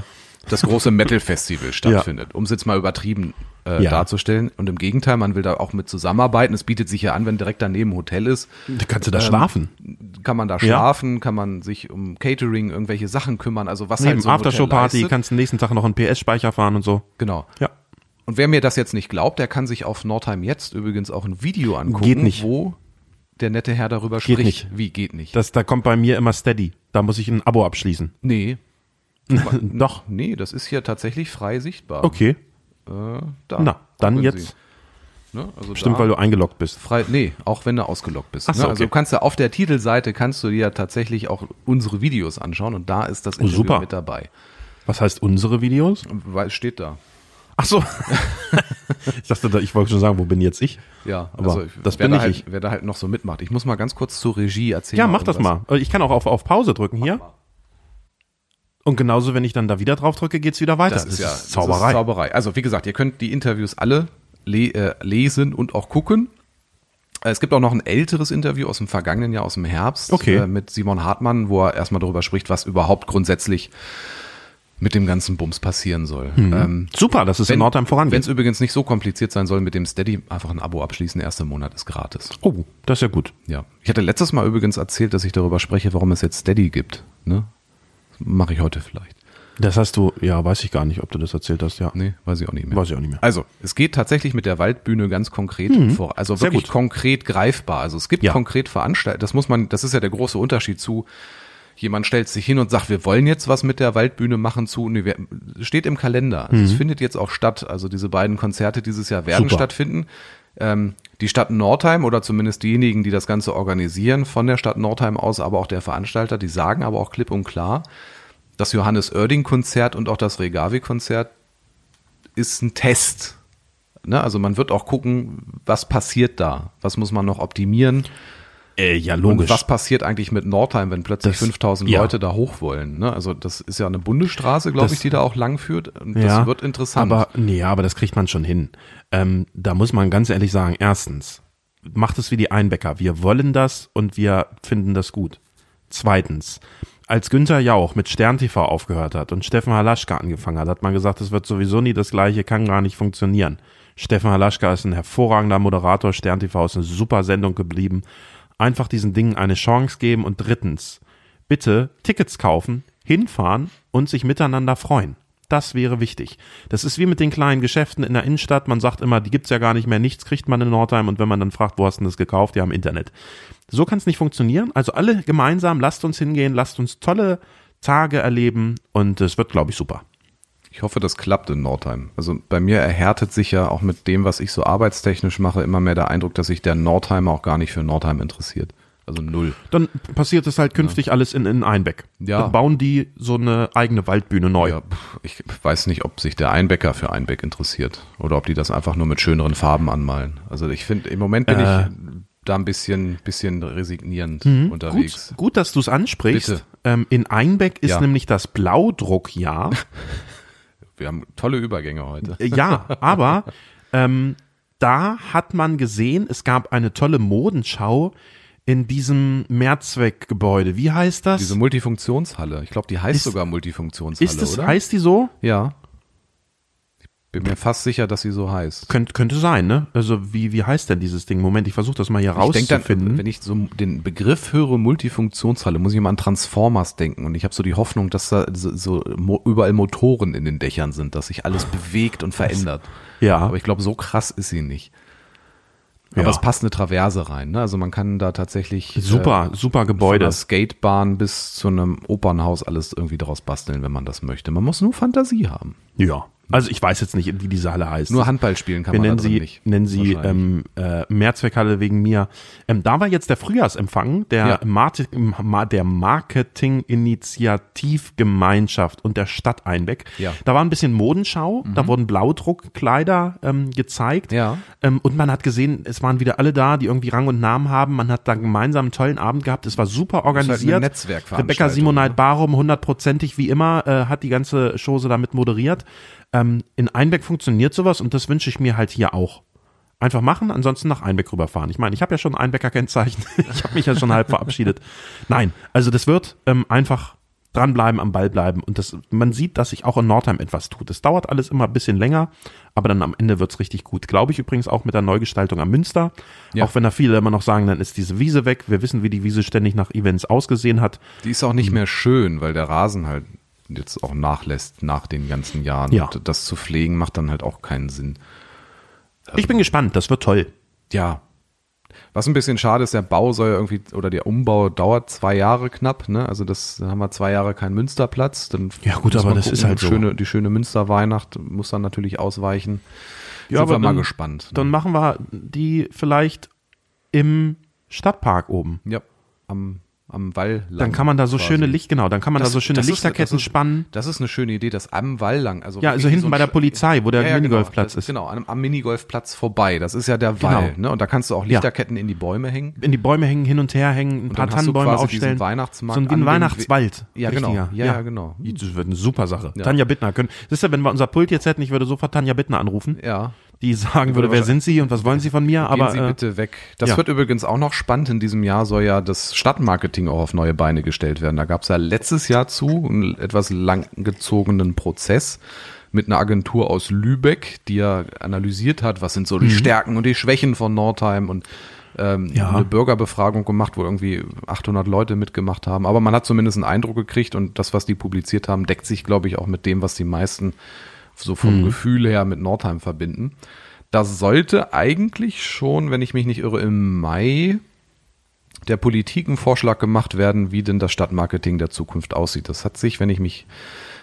Speaker 2: das große Metal-Festival stattfindet, um es jetzt mal übertrieben äh,
Speaker 1: Ja.
Speaker 2: darzustellen. Und im Gegenteil, man will da auch mit zusammenarbeiten. Es bietet sich ja an, wenn direkt daneben ein Hotel ist,
Speaker 1: Da kannst du
Speaker 2: Ähm,
Speaker 1: da schlafen.
Speaker 2: kann man da schlafen, kann man sich um Catering, irgendwelche Sachen kümmern, also was
Speaker 1: Neben
Speaker 2: halt so ein Hotel
Speaker 1: Aftershow-Party
Speaker 2: leistet.
Speaker 1: kannst du nächsten Tag noch einen PS-Speicher fahren und so.
Speaker 2: Genau.
Speaker 1: Ja.
Speaker 2: Und wer mir das jetzt nicht glaubt, der kann sich auf Nordheim jetzt übrigens auch ein Video angucken,
Speaker 1: Geht nicht.
Speaker 2: wo der nette Herr darüber
Speaker 1: Geht
Speaker 2: spricht.
Speaker 1: nicht.
Speaker 2: Wie geht nicht?
Speaker 1: Das, da kommt bei mir immer Steady. Da muss ich ein Abo abschließen.
Speaker 2: nee,
Speaker 1: Doch.
Speaker 2: nee, das ist hier tatsächlich frei sichtbar.
Speaker 1: Okay.
Speaker 2: Äh, da.
Speaker 1: Na, dann
Speaker 2: Gucken
Speaker 1: jetzt.
Speaker 2: Sie. Ne? Also
Speaker 1: Stimmt,
Speaker 2: da
Speaker 1: weil du eingeloggt bist.
Speaker 2: frei, nee, auch wenn du ausgeloggt bist.
Speaker 1: Ach so,
Speaker 2: ne? Also
Speaker 1: okay.
Speaker 2: du kannst ja auf der Titelseite kannst du dir tatsächlich auch unsere Videos anschauen und da ist das Interview
Speaker 1: Oh, super.
Speaker 2: mit dabei.
Speaker 1: Was heißt unsere Videos?
Speaker 2: Weil steht da.
Speaker 1: Ach so. ich dachte, da- ich wollte schon sagen, wo bin jetzt ich?
Speaker 2: Ja,
Speaker 1: aber das
Speaker 2: wer
Speaker 1: bin
Speaker 2: da
Speaker 1: nicht
Speaker 2: halt,
Speaker 1: ich.
Speaker 2: Wer da halt noch so mitmacht. Ich muss mal ganz kurz zur Regie erzählen.
Speaker 1: Ja, mach das mal. Äh, Ich kann auch auf, auf Pause drücken hier. Und genauso, wenn ich dann da wieder drauf drücke, geht's wieder weiter.
Speaker 2: Das, ist ja
Speaker 1: Zauberei.
Speaker 2: Das ist Zauberei. Also wie gesagt, ihr könnt die Interviews alle le äh, lesen und auch gucken. Äh, Es gibt auch noch ein älteres Interview aus dem vergangenen Jahr, aus dem Herbst,
Speaker 1: Okay.
Speaker 2: äh, mit Simon Hartmann, wo er erstmal darüber spricht, was überhaupt grundsätzlich mit dem ganzen Bums passieren soll. Ähm,
Speaker 1: Super, dass es Mhm. in Nordheim
Speaker 2: Wenn es
Speaker 1: vorangeht.
Speaker 2: übrigens nicht so kompliziert sein soll mit dem Steady, einfach ein Abo abschließen, der erste Monat ist gratis.
Speaker 1: Oh, das ist ja gut.
Speaker 2: Ja. Ich hatte letztes Mal übrigens erzählt, dass ich darüber spreche, warum es jetzt Steady gibt. Ne? Mache ich heute vielleicht.
Speaker 1: Das hast du, ja, weiß ich gar nicht, ob du das erzählt hast, ja.
Speaker 2: Nee, weiß ich auch nicht mehr.
Speaker 1: Weiß ich auch nicht mehr. Mhm.
Speaker 2: Also, es geht tatsächlich mit der Waldbühne ganz konkret vor. Also
Speaker 1: Sehr
Speaker 2: wirklich
Speaker 1: gut.
Speaker 2: konkret greifbar. Also es gibt
Speaker 1: Ja.
Speaker 2: konkret Veranstaltungen. Das muss man, das ist ja der große Unterschied zu, jemand stellt sich hin und sagt, wir wollen jetzt was mit der Waldbühne machen zu, nee, wir, steht im Kalender. Also Es findet jetzt auch statt. Also diese beiden Konzerte dieses Jahr werden
Speaker 1: Super.
Speaker 2: stattfinden. Ähm, die Stadt Nordheim oder zumindest diejenigen, die das Ganze organisieren, von der Stadt Nordheim aus, aber auch der Veranstalter, die sagen aber auch klipp und klar, das Johannes Oerding-Konzert und auch das Regavi-Konzert ist ein Test. Ne? Also man wird auch gucken, was passiert da, was muss man noch optimieren
Speaker 1: Äh, ja,
Speaker 2: und was passiert eigentlich mit Nordheim, wenn plötzlich
Speaker 1: Das-
Speaker 2: 5000
Speaker 1: ja.
Speaker 2: Leute da hoch wollen. Ne? Also das ist ja eine Bundesstraße, glaube
Speaker 1: Das-
Speaker 2: ich, die da auch lang führt. Und das
Speaker 1: ja,
Speaker 2: wird interessant.
Speaker 1: Aber, nee, aber das kriegt man schon hin. Ähm, da muss man ganz ehrlich sagen, erstens, macht es wie die Einbäcker. Wir wollen das und wir finden das gut. Zweitens, als Günther Jauch mit Stern TV aufgehört hat und Steffen Halaschka angefangen hat, hat man gesagt, es wird sowieso nie das gleiche, kann gar nicht funktionieren. Steffen Halaschka ist ein hervorragender Moderator, Stern TV ist eine super Sendung geblieben. Einfach diesen Dingen eine Chance geben und drittens, bitte Tickets kaufen, hinfahren und sich miteinander freuen. Das wäre wichtig. Das ist wie mit den kleinen Geschäften in der Innenstadt. Man sagt immer, die gibt's ja gar nicht mehr, nichts kriegt man in Nordheim. Und wenn man dann fragt, wo hast du denn das gekauft? Ja, im Internet. So kann's nicht funktionieren. Also alle gemeinsam, lasst uns hingehen, lasst uns tolle Tage erleben und es wird, glaube ich, super.
Speaker 2: Ich hoffe, das klappt in Nordheim. Also bei mir erhärtet sich ja auch mit dem, was ich so arbeitstechnisch mache, immer mehr der Eindruck, dass sich der Nordheimer auch gar nicht für Nordheim interessiert. Also null.
Speaker 1: Dann passiert es halt künftig alles in, in Einbeck.
Speaker 2: Ja.
Speaker 1: Dann bauen die so eine eigene Waldbühne neu.
Speaker 2: Ja, pff, ich weiß nicht, ob sich der Einbäcker für Einbeck interessiert oder ob die das einfach nur mit schöneren Farben anmalen. Also ich finde, im Moment bin
Speaker 1: Äh. Mhm.
Speaker 2: ich da ein bisschen, bisschen resignierend unterwegs.
Speaker 1: Gut, gut dass du es ansprichst.
Speaker 2: Bitte.
Speaker 1: Ähm, in Einbeck ist
Speaker 2: Ja.
Speaker 1: nämlich das Blaudruckjahr.
Speaker 2: Wir haben tolle Übergänge heute.
Speaker 1: Äh, Ja, aber ähm, da hat man gesehen, es gab eine tolle Modenschau in diesem Mehrzweckgebäude. Wie heißt das?
Speaker 2: Diese Multifunktionshalle, ich glaube, die heißt
Speaker 1: Ist-
Speaker 2: sogar Multifunktionshalle,
Speaker 1: ist das,
Speaker 2: oder?
Speaker 1: heißt die so?
Speaker 2: ja. Ich Bin mir fast sicher, dass sie so heißt.
Speaker 1: Könnt, könnte sein, ne? Also wie, wie heißt denn dieses Ding? Moment, ich versuche das mal hier
Speaker 2: Ich denk dann,
Speaker 1: rauszufinden.
Speaker 2: wenn ich so den Begriff höre, Multifunktionshalle, muss ich immer an Transformers denken. Und ich habe so die Hoffnung, dass da so, so mo überall Motoren in den Dächern sind, dass sich alles bewegt und verändert.
Speaker 1: ja.
Speaker 2: Aber ich glaube, so krass ist sie nicht. Aber
Speaker 1: Ja.
Speaker 2: es passt eine Traverse rein. Ne? Also man kann da tatsächlich äh,
Speaker 1: super, super
Speaker 2: von
Speaker 1: Gebäude.
Speaker 2: einer Skatebahn bis zu einem Opernhaus alles irgendwie draus basteln, wenn man das möchte. Man muss nur Fantasie haben.
Speaker 1: Ja. Also ich weiß jetzt nicht, wie diese Halle heißt.
Speaker 2: Nur Handball spielen kann
Speaker 1: wir
Speaker 2: man
Speaker 1: nennen
Speaker 2: da drin
Speaker 1: sie,
Speaker 2: nicht.
Speaker 1: nennen sie
Speaker 2: Wahrscheinlich.
Speaker 1: ähm, äh, Mehrzweckhalle wegen mir. Ähm, da war jetzt der Frühjahrsempfang der,
Speaker 2: Ja.
Speaker 1: Marte- Ma- der Marketing-Initiativgemeinschaft und der Stadt Einbeck.
Speaker 2: Ja. Mhm.
Speaker 1: Da war ein bisschen Modenschau, da wurden Blaudruckkleider ähm, gezeigt.
Speaker 2: Ja.
Speaker 1: Ähm, und man hat gesehen, es waren wieder alle da, die irgendwie Rang und Namen haben. Man hat da gemeinsam einen tollen Abend gehabt. Es war super
Speaker 2: halt eine
Speaker 1: organisiert.
Speaker 2: Netzwerkveranstaltung, ne?
Speaker 1: Rebecca Simonite Barum hundertprozentig wie immer äh, hat die ganze Chose damit moderiert. Ähm, in Einbeck funktioniert sowas und das wünsche ich mir halt hier auch. Einfach machen, ansonsten nach Einbeck rüberfahren. Ich meine, ich habe ja schon ein Einbecker Kennzeichen. Ich habe mich ja schon halb verabschiedet. Nein, also das wird ähm, einfach dranbleiben, am Ball bleiben. Und das, man sieht, dass sich auch in Nordheim etwas tut. Es dauert alles immer ein bisschen länger, aber dann am Ende wird's richtig gut. Glaube ich übrigens auch mit der Neugestaltung am Münster.
Speaker 2: Ja.
Speaker 1: Auch wenn da viele immer noch sagen, dann ist diese Wiese weg. Wir wissen, wie die Wiese ständig nach Events ausgesehen hat.
Speaker 2: Die ist auch
Speaker 1: hm.
Speaker 2: nicht mehr schön, weil der Rasen halt jetzt auch nachlässt nach den ganzen Jahren.
Speaker 1: Ja.
Speaker 2: Und das zu pflegen macht dann halt auch keinen Sinn.
Speaker 1: Ich bin gespannt, das wird toll.
Speaker 2: Ja. Was ein bisschen schade ist, der Bau soll ja irgendwie, oder der Umbau dauert zwei Jahre knapp, ne? Also das da haben wir zwei Jahre keinen Münsterplatz. Dann
Speaker 1: Ja, gut,
Speaker 2: muss
Speaker 1: aber
Speaker 2: man
Speaker 1: das ist halt
Speaker 2: die
Speaker 1: so.
Speaker 2: Schöne, die schöne Münsterweihnacht muss dann natürlich ausweichen.
Speaker 1: Ja,
Speaker 2: Sind
Speaker 1: aber
Speaker 2: wir mal
Speaker 1: dann-
Speaker 2: gespannt. ne?
Speaker 1: Dann machen wir die vielleicht im Stadtpark oben.
Speaker 2: ja, am, am Wall lang.
Speaker 1: Dann kann man da so
Speaker 2: quasi.
Speaker 1: schöne Licht, genau, dann kann man da
Speaker 2: Das-
Speaker 1: so schöne
Speaker 2: das ist-
Speaker 1: Lichterketten
Speaker 2: das ist-
Speaker 1: spannen.
Speaker 2: Das ist eine schöne Idee, das am Wall lang. Also
Speaker 1: Ja, also
Speaker 2: wirklich
Speaker 1: hinten
Speaker 2: ein
Speaker 1: bei der
Speaker 2: Sch-
Speaker 1: Polizei, wo der Minigolfplatz
Speaker 2: genau, Das-
Speaker 1: ist.
Speaker 2: Genau, am, am Minigolfplatz vorbei. Das ist ja der Wall.
Speaker 1: Genau.
Speaker 2: Ne? Und da kannst du auch
Speaker 1: Ja.
Speaker 2: Lichterketten in die Bäume hängen.
Speaker 1: In die Bäume hängen, hin und her hängen, ein paar
Speaker 2: dann hast du
Speaker 1: Tannenbäume
Speaker 2: quasi diesen
Speaker 1: aufstellen.
Speaker 2: Weihnachtsmarkt
Speaker 1: so ein wie
Speaker 2: an
Speaker 1: ein
Speaker 2: dem
Speaker 1: Weihnachtswald.
Speaker 2: We- Ja, genau.
Speaker 1: richtiger. Hm.
Speaker 2: Ja, ja, genau.
Speaker 1: Das wird eine super Sache.
Speaker 2: Ja.
Speaker 1: Tanja Bittner können. Das ist ja, wenn wir unser Pult jetzt hätten, ich würde sofort Tanja Bittner anrufen.
Speaker 2: Ja.
Speaker 1: Die sagen würde,
Speaker 2: würde
Speaker 1: wer
Speaker 2: wahrscheinlich-
Speaker 1: sind Sie und was wollen Sie von mir?
Speaker 2: Gehen
Speaker 1: Aber
Speaker 2: Sie
Speaker 1: äh,
Speaker 2: bitte weg. Das
Speaker 1: ja.
Speaker 2: wird übrigens auch noch spannend. In diesem Jahr soll ja das Stadtmarketing auch auf neue Beine gestellt werden. Da gab es ja letztes Jahr zu einen etwas langgezogenen Prozess mit einer Agentur aus Lübeck, die ja analysiert hat, was sind so die Stärken und die Schwächen von Nordheim und ähm,
Speaker 1: Mhm. Ja.
Speaker 2: eine Bürgerbefragung gemacht, wo irgendwie 800 Leute mitgemacht haben. Aber man hat zumindest einen Eindruck gekriegt und das, was die publiziert haben, deckt sich, glaube ich, auch mit dem, was die meisten so vom
Speaker 1: Mhm.
Speaker 2: Gefühl her mit Nordheim verbinden. Das sollte eigentlich schon, wenn ich mich nicht irre, im Mai der Politik ein Vorschlag gemacht werden, wie denn das Stadtmarketing der Zukunft aussieht. Das hat sich, wenn ich mich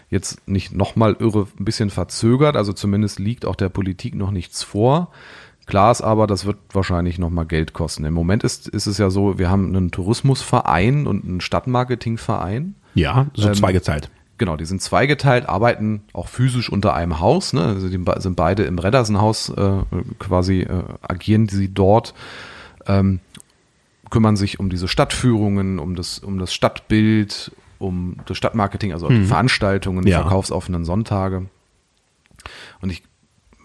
Speaker 2: jetzt nicht nochmal irre, ein bisschen verzögert. Also zumindest liegt auch der Politik noch nichts vor. Klar ist aber, das wird wahrscheinlich nochmal Geld kosten. Im Moment ist, ist es ja so, wir haben einen Tourismusverein und einen Stadtmarketingverein.
Speaker 1: ja, so
Speaker 2: Ähm,
Speaker 1: zweigeteilt.
Speaker 2: Genau, die sind zweigeteilt, arbeiten auch physisch unter einem Haus. Ne? Also die be- sind beide im Reddersenhaus äh, quasi, äh, agieren sie dort, ähm, kümmern sich um diese Stadtführungen, um das, um das Stadtbild, um das Stadtmarketing, also auch die Veranstaltungen, die
Speaker 1: Ja.
Speaker 2: verkaufsoffenen Sonntage. Und ich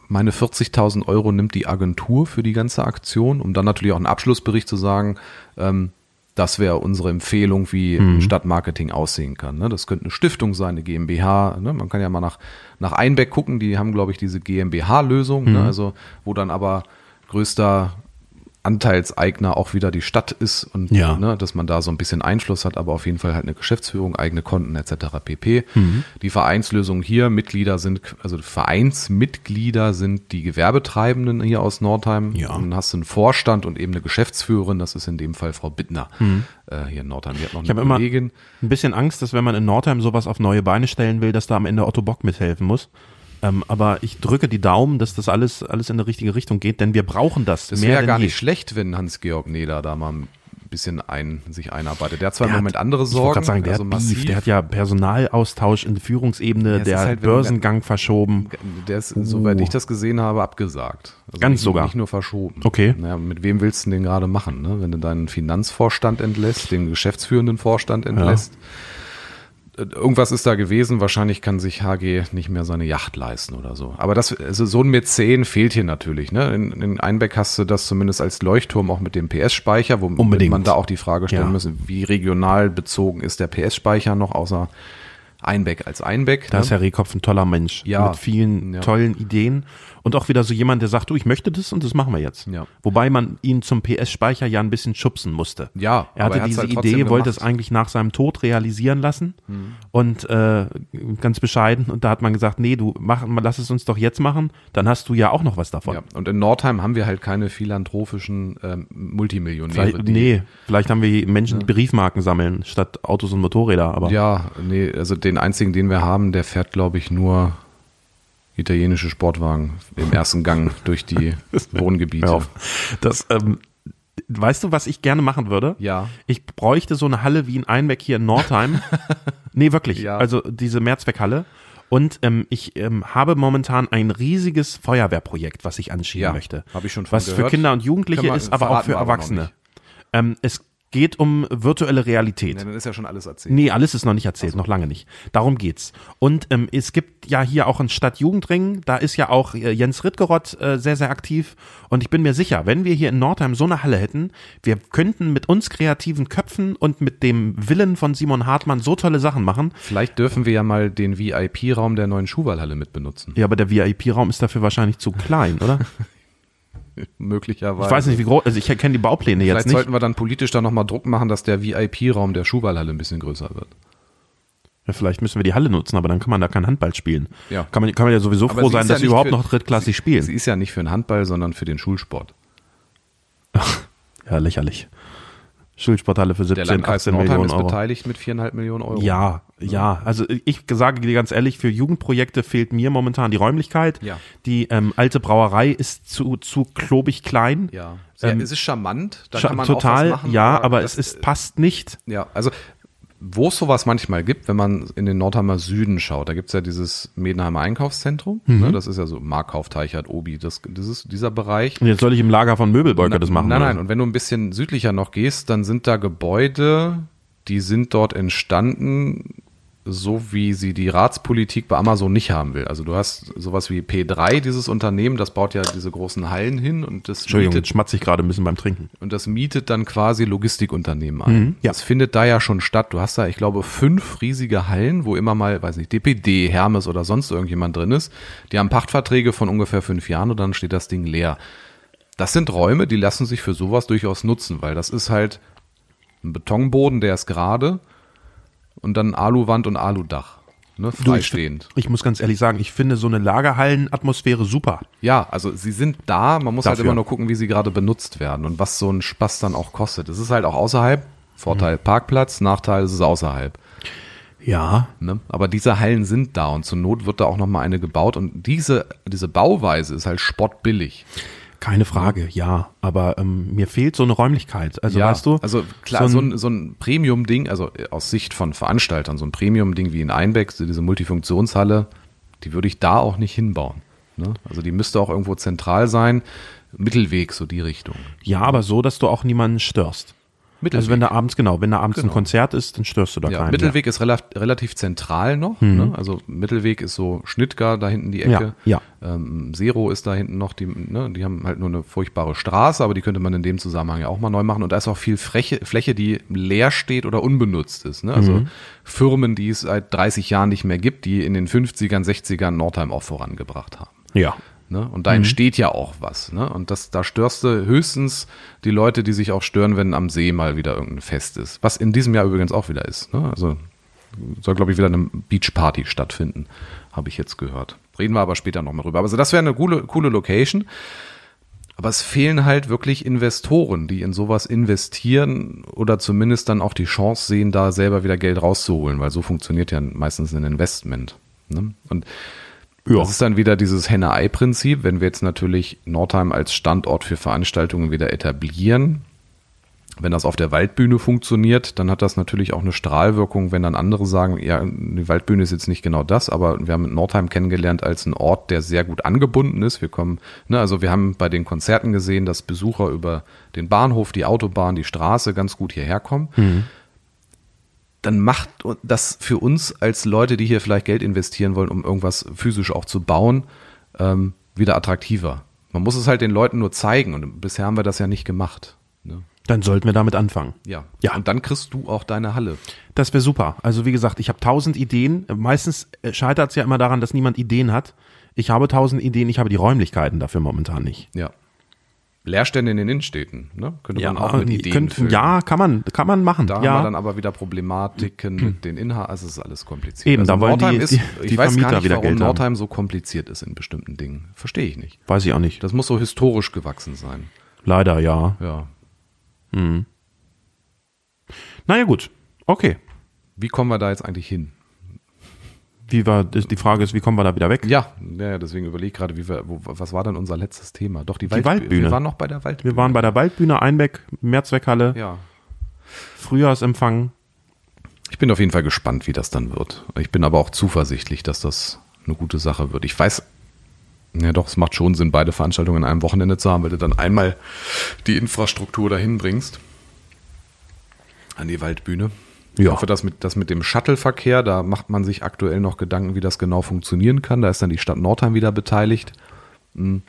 Speaker 2: meine 40.000 Euro nimmt die Agentur für die ganze Aktion, um dann natürlich auch einen Abschlussbericht zu sagen, ähm, das wäre unsere Empfehlung, wie Stadtmarketing aussehen kann. Ne? Das könnte eine Stiftung sein, eine GmbH. Ne? Man kann ja mal nach, nach Einbeck gucken, die haben, glaube ich, diese GmbH-Lösung, ne? also wo dann aber größter Anteilseigner auch wieder die Stadt ist und
Speaker 1: Ja.
Speaker 2: ne, dass man da so ein bisschen Einfluss hat, aber auf jeden Fall halt eine Geschäftsführung, eigene Konten etc. pp.
Speaker 1: Mhm.
Speaker 2: Die Vereinslösung hier, Mitglieder sind, also Vereinsmitglieder sind die Gewerbetreibenden hier aus Nordheim.
Speaker 1: Ja.
Speaker 2: Und dann hast du einen Vorstand und eben eine Geschäftsführerin, das ist in dem Fall Frau Bittner äh, hier in Nordheim. Die hat noch
Speaker 1: Mhm. Ich
Speaker 2: eine
Speaker 1: habe immer
Speaker 2: Kollegin.
Speaker 1: ein bisschen Angst, dass wenn man in Nordheim sowas auf neue Beine stellen will, dass da am Ende Otto Bock mithelfen muss. Ähm, aber ich drücke die Daumen, dass das alles, alles in die richtige Richtung geht, denn wir brauchen das.
Speaker 2: Das wäre ja
Speaker 1: denn
Speaker 2: gar
Speaker 1: je.
Speaker 2: nicht schlecht, wenn Hans-Georg Neder da mal ein bisschen ein, sich einarbeitet. Der hat zwar
Speaker 1: Der
Speaker 2: im
Speaker 1: hat-
Speaker 2: Moment andere
Speaker 1: Ich wollte
Speaker 2: Sorgen,
Speaker 1: gerade
Speaker 2: Also
Speaker 1: sagen, der, hat Beef, der hat ja Personalaustausch in die Führungsebene,
Speaker 2: es
Speaker 1: der
Speaker 2: ist
Speaker 1: hat
Speaker 2: halt, wenn-
Speaker 1: Börsengang verschoben.
Speaker 2: Der ist, soweit ich das gesehen habe, abgesagt. Also
Speaker 1: Oh. Ganz
Speaker 2: nicht,
Speaker 1: sogar.
Speaker 2: Nicht nur verschoben.
Speaker 1: Okay.
Speaker 2: Naja, mit wem willst du denn den gerade machen? Ne? Wenn du deinen Finanzvorstand entlässt, den geschäftsführenden Vorstand entlässt. Äh, Irgendwas ist da gewesen. Wahrscheinlich kann sich HG nicht mehr seine Yacht leisten oder so. Aber das, also so ein Mäzen fehlt hier natürlich. Ne? In, in Einbeck hast du das zumindest als Leuchtturm auch mit dem PS-Speicher, wo
Speaker 1: Unbedingt.
Speaker 2: man da auch die Frage stellen
Speaker 1: Ja.
Speaker 2: müssen, wie regional bezogen ist der PS-Speicher noch, außer Einbeck als Einbeck. ne?
Speaker 1: Da ist Herr Rehkopf ein toller Mensch
Speaker 2: Ja.
Speaker 1: mit vielen
Speaker 2: Ja.
Speaker 1: tollen Ideen und auch wieder so jemand, der sagt, du, ich möchte das und das machen wir jetzt.
Speaker 2: Ja.
Speaker 1: Wobei man ihn zum PS-Speicher ja ein bisschen schubsen musste.
Speaker 2: Ja,
Speaker 1: er
Speaker 2: aber
Speaker 1: hatte
Speaker 2: er hat's
Speaker 1: diese
Speaker 2: halt trotzdem
Speaker 1: Idee, wollte es
Speaker 2: gemacht. Mhm.
Speaker 1: eigentlich nach seinem Tod realisieren lassen und äh, ganz bescheiden. Und da hat man gesagt, nee, du mach, lass es uns doch jetzt machen, dann hast du ja auch noch was davon.
Speaker 2: ja. Und in Nordheim haben wir halt keine philanthropischen ähm, Multimillionäre.
Speaker 1: Vielleicht,
Speaker 2: die-
Speaker 1: nee, vielleicht haben wir Menschen, die Briefmarken sammeln, statt Autos und Motorräder. Aber
Speaker 2: Ja, nee, also den einzigen, den wir haben, der fährt, glaube ich, nur italienische Sportwagen im ersten Gang durch die Wohngebiete.
Speaker 1: Hör auf. Das, ähm, weißt du, was ich gerne machen würde?
Speaker 2: Ja.
Speaker 1: Ich bräuchte so eine Halle wie ein Einbeck hier in Nordheim. nee, wirklich.
Speaker 2: Ja.
Speaker 1: Also diese Mehrzweckhalle. Und ähm, ich ähm, habe momentan ein riesiges Feuerwehrprojekt, was ich anschieben
Speaker 2: Ja,
Speaker 1: möchte.
Speaker 2: hab ich schon von
Speaker 1: Was für
Speaker 2: gehört.
Speaker 1: Kinder und Jugendliche
Speaker 2: Können wir-
Speaker 1: ist, aber auch
Speaker 2: verraten
Speaker 1: für
Speaker 2: wir aber noch
Speaker 1: Erwachsene.
Speaker 2: nicht.
Speaker 1: Ähm, es geht um virtuelle Realität.
Speaker 2: Ja, dann ist ja schon alles erzählt.
Speaker 1: Nee, alles ist noch nicht erzählt, noch lange nicht. Darum geht's. Und ähm, es gibt ja hier auch einen Stadtjugendring, da ist ja auch äh, Jens Rittgerott äh, sehr, sehr aktiv. Und ich bin mir sicher, wenn wir hier in Nordheim so eine Halle hätten, wir könnten mit uns kreativen Köpfen und mit dem Willen von Simon Hartmann so tolle Sachen machen.
Speaker 2: Vielleicht dürfen wir ja mal den VIP-Raum der neuen Schuhwallhalle mitbenutzen.
Speaker 1: Ja, aber der VIP-Raum ist dafür wahrscheinlich zu klein, oder?
Speaker 2: Möglicherweise.
Speaker 1: Ich weiß nicht, wie groß, also ich kenne die Baupläne
Speaker 2: Vielleicht
Speaker 1: jetzt nicht.
Speaker 2: sollten wir dann politisch da nochmal Druck machen, dass der VIP-Raum der Schuhwallhalle ein bisschen größer wird.
Speaker 1: Ja, vielleicht müssen wir die Halle nutzen, aber dann kann man da kein Handball spielen.
Speaker 2: Ja.
Speaker 1: Kann, man, kann man ja sowieso
Speaker 2: Aber
Speaker 1: froh
Speaker 2: sie
Speaker 1: sein,
Speaker 2: ist ja
Speaker 1: dass sie
Speaker 2: nicht
Speaker 1: überhaupt
Speaker 2: für-
Speaker 1: noch drittklassig
Speaker 2: Sie
Speaker 1: spielen.
Speaker 2: ist ja nicht für den Handball, sondern für den Schulsport.
Speaker 1: Ja, lächerlich. Schulsporthalle für
Speaker 2: Der
Speaker 1: 17,
Speaker 2: Landkreis
Speaker 1: 18
Speaker 2: Nordheim
Speaker 1: Millionen
Speaker 2: ist
Speaker 1: Euro.
Speaker 2: beteiligt mit viereinhalb Millionen Euro.
Speaker 1: Ja, ja. Also ich sage dir ganz ehrlich, für Jugendprojekte fehlt mir momentan die Räumlichkeit.
Speaker 2: Ja.
Speaker 1: Die ähm, alte Brauerei ist zu, zu klobig klein.
Speaker 2: Ja. Sehr,
Speaker 1: Ähm,
Speaker 2: es ist charmant, da
Speaker 1: Scha-
Speaker 2: kann man
Speaker 1: total,
Speaker 2: auch was machen.
Speaker 1: ja, aber es
Speaker 2: das-
Speaker 1: ist, passt nicht.
Speaker 2: Ja, also wo es sowas manchmal gibt, wenn man in den Nordheimer Süden schaut, da gibt's ja dieses Medenheimer Einkaufszentrum,
Speaker 1: Mhm.
Speaker 2: ne, das ist ja so Markauf, Teichert, Obi, das, das ist dieser Bereich.
Speaker 1: Und jetzt soll ich im Lager von Möbelbeuker das machen.
Speaker 2: Nein,
Speaker 1: oder?
Speaker 2: nein, und wenn du ein bisschen südlicher noch gehst, dann sind da Gebäude, die sind dort entstanden, so wie sie die Ratspolitik bei Amazon nicht haben will. Also du hast sowas wie P3, dieses Unternehmen, das baut ja diese großen Hallen hin und das
Speaker 1: Entschuldigung, jetzt schmatze ich gerade ein bisschen beim Trinken.
Speaker 2: und das mietet dann quasi Logistikunternehmen ein.
Speaker 1: ja.
Speaker 2: Das findet da ja schon statt. Du hast da, ich glaube, fünf riesige Hallen, wo immer mal, weiß nicht, DPD, Hermes oder sonst irgendjemand drin ist. Die haben Pachtverträge von ungefähr fünf Jahren und dann steht das Ding leer. Das sind Räume, die lassen sich für sowas durchaus nutzen, weil das ist halt ein Betonboden, der ist gerade und dann Aluwand und Aludach. Ne,
Speaker 1: Du, ich,
Speaker 2: freistehend.
Speaker 1: ich muss ganz ehrlich sagen, ich finde so eine Lagerhallenatmosphäre super.
Speaker 2: Ja, also sie sind da, man muss halt
Speaker 1: Dafür.
Speaker 2: immer nur gucken, wie sie gerade benutzt werden und was so ein Spaß dann auch kostet. Es ist halt auch außerhalb,
Speaker 1: Mhm.
Speaker 2: Vorteil Parkplatz, Nachteil ist es ist außerhalb.
Speaker 1: Ja.
Speaker 2: Ne? Aber diese Hallen sind da und zur Not wird da auch nochmal eine gebaut und diese, diese Bauweise ist halt spottbillig.
Speaker 1: Keine Frage, ja. Aber ähm, mir fehlt so eine Räumlichkeit. Also weißt du?
Speaker 2: Also klar, so ein, so ein Premium-Ding, also aus Sicht von Veranstaltern, so ein Premium-Ding wie in Einbeck, so diese Multifunktionshalle, die würde ich da auch nicht hinbauen. Ne? Also die müsste auch irgendwo zentral sein, Mittelweg, so die Richtung.
Speaker 1: ja, aber so, dass du auch niemanden störst. Also wenn da abends, genau, wenn da abends ein Konzert ist, dann störst du da
Speaker 2: Ja,
Speaker 1: keinen. Mhm.
Speaker 2: Mittelweg ist rela relativ zentral noch. Ne? Also Mittelweg ist so Schnittgar da hinten die Ecke.
Speaker 1: Ja,
Speaker 2: Ähm, Zero ist da hinten noch, die, ne? die haben halt nur eine furchtbare Straße, aber die könnte man in dem Zusammenhang ja auch mal neu machen. Und da ist auch viel Fläche, Fläche die leer steht oder unbenutzt ist. Ne? Also
Speaker 1: Mhm.
Speaker 2: Firmen, die es seit 30 Jahren nicht mehr gibt, die in den 50ern, 60ern Nordheim auch vorangebracht haben.
Speaker 1: Ja.
Speaker 2: Ne? Und da entsteht ja auch was. Ne? Und das, da störst du höchstens die Leute, die sich auch stören, wenn am See mal wieder irgendein Fest ist. Was in diesem Jahr übrigens auch wieder ist. Ne? Also soll, glaube ich, wieder eine Beachparty stattfinden, habe ich jetzt gehört. Reden wir aber später nochmal drüber. Aber Also das wäre eine coole, coole Location. Aber es fehlen halt wirklich Investoren, die in sowas investieren oder zumindest dann auch die Chance sehen, da selber wieder Geld rauszuholen, weil so funktioniert ja meistens ein Investment. Ne? Und
Speaker 1: Ja.
Speaker 2: das ist dann wieder dieses Henne-Ei-Prinzip. Wenn wir jetzt natürlich Nordheim als Standort für Veranstaltungen wieder etablieren, wenn das auf der Waldbühne funktioniert, dann hat das natürlich auch eine Strahlwirkung, wenn dann andere sagen, ja, die Waldbühne ist jetzt nicht genau das, aber wir haben Nordheim kennengelernt als einen Ort, der sehr gut angebunden ist. Wir kommen, ne, also wir haben bei den Konzerten gesehen, dass Besucher über den Bahnhof, die Autobahn, die Straße ganz gut hierher kommen dann macht das für uns als Leute, die hier vielleicht Geld investieren wollen, um irgendwas physisch auch zu bauen, ähm, wieder attraktiver. Man muss es halt den Leuten nur zeigen und bisher haben wir das ja nicht gemacht. Ne?
Speaker 1: Dann sollten wir damit anfangen.
Speaker 2: Ja.
Speaker 1: Ja.
Speaker 2: Und dann kriegst du auch deine Halle.
Speaker 1: Das wäre super. Also wie gesagt, ich habe tausend Ideen. Meistens scheitert es ja immer daran, dass niemand Ideen hat. Ich habe tausend Ideen, ich habe die Räumlichkeiten dafür momentan nicht.
Speaker 2: Ja. Leerstände in den Innenstädten, ne? Könnte man auch mit
Speaker 1: die
Speaker 2: Ideen
Speaker 1: könnten-
Speaker 2: füllen.
Speaker 1: ja kann man, kann man machen.
Speaker 2: Da
Speaker 1: ja. Hm.
Speaker 2: haben wir dann aber wieder Problematiken mit den Inhalten. Also es ist alles kompliziert.
Speaker 1: Eben,
Speaker 2: also
Speaker 1: da wollen die-
Speaker 2: Nordheim ist,
Speaker 1: die-
Speaker 2: ich
Speaker 1: die
Speaker 2: weiß
Speaker 1: Vermieter
Speaker 2: gar nicht,
Speaker 1: wieder
Speaker 2: warum
Speaker 1: Geld haben.
Speaker 2: Nordheim so kompliziert ist in bestimmten Dingen. Verstehe ich nicht.
Speaker 1: Weiß ich auch nicht.
Speaker 2: Das muss so historisch gewachsen sein.
Speaker 1: Leider, ja.
Speaker 2: Ja.
Speaker 1: Naja, gut. Okay.
Speaker 2: Wie kommen wir da jetzt eigentlich hin?
Speaker 1: Wie war, die Frage ist, wie kommen wir da wieder weg?
Speaker 2: Ja, ja ja, deswegen überlege ich gerade, wie wir, wo, was war denn unser letztes Thema? Doch, die, Waldbü-
Speaker 1: Waldbühne.
Speaker 2: Wir waren noch bei der Waldbühne.
Speaker 1: Wir waren bei der Waldbühne, Einbeck, Mehrzweckhalle,
Speaker 2: ja.
Speaker 1: Frühjahrsempfang.
Speaker 2: Ich bin auf jeden Fall gespannt, wie das dann wird. Ich bin aber auch zuversichtlich, dass das eine gute Sache wird. Ich weiß, ja doch, es macht schon Sinn, beide Veranstaltungen an einem Wochenende zu haben, weil du dann einmal die Infrastruktur dahin bringst. An die Waldbühne. Ich
Speaker 1: Ja.
Speaker 2: hoffe, dass mit, das mit dem Shuttle-Verkehr, da macht man sich aktuell noch Gedanken, wie das genau funktionieren kann. Da ist dann die Stadt Nordheim wieder beteiligt. Hm.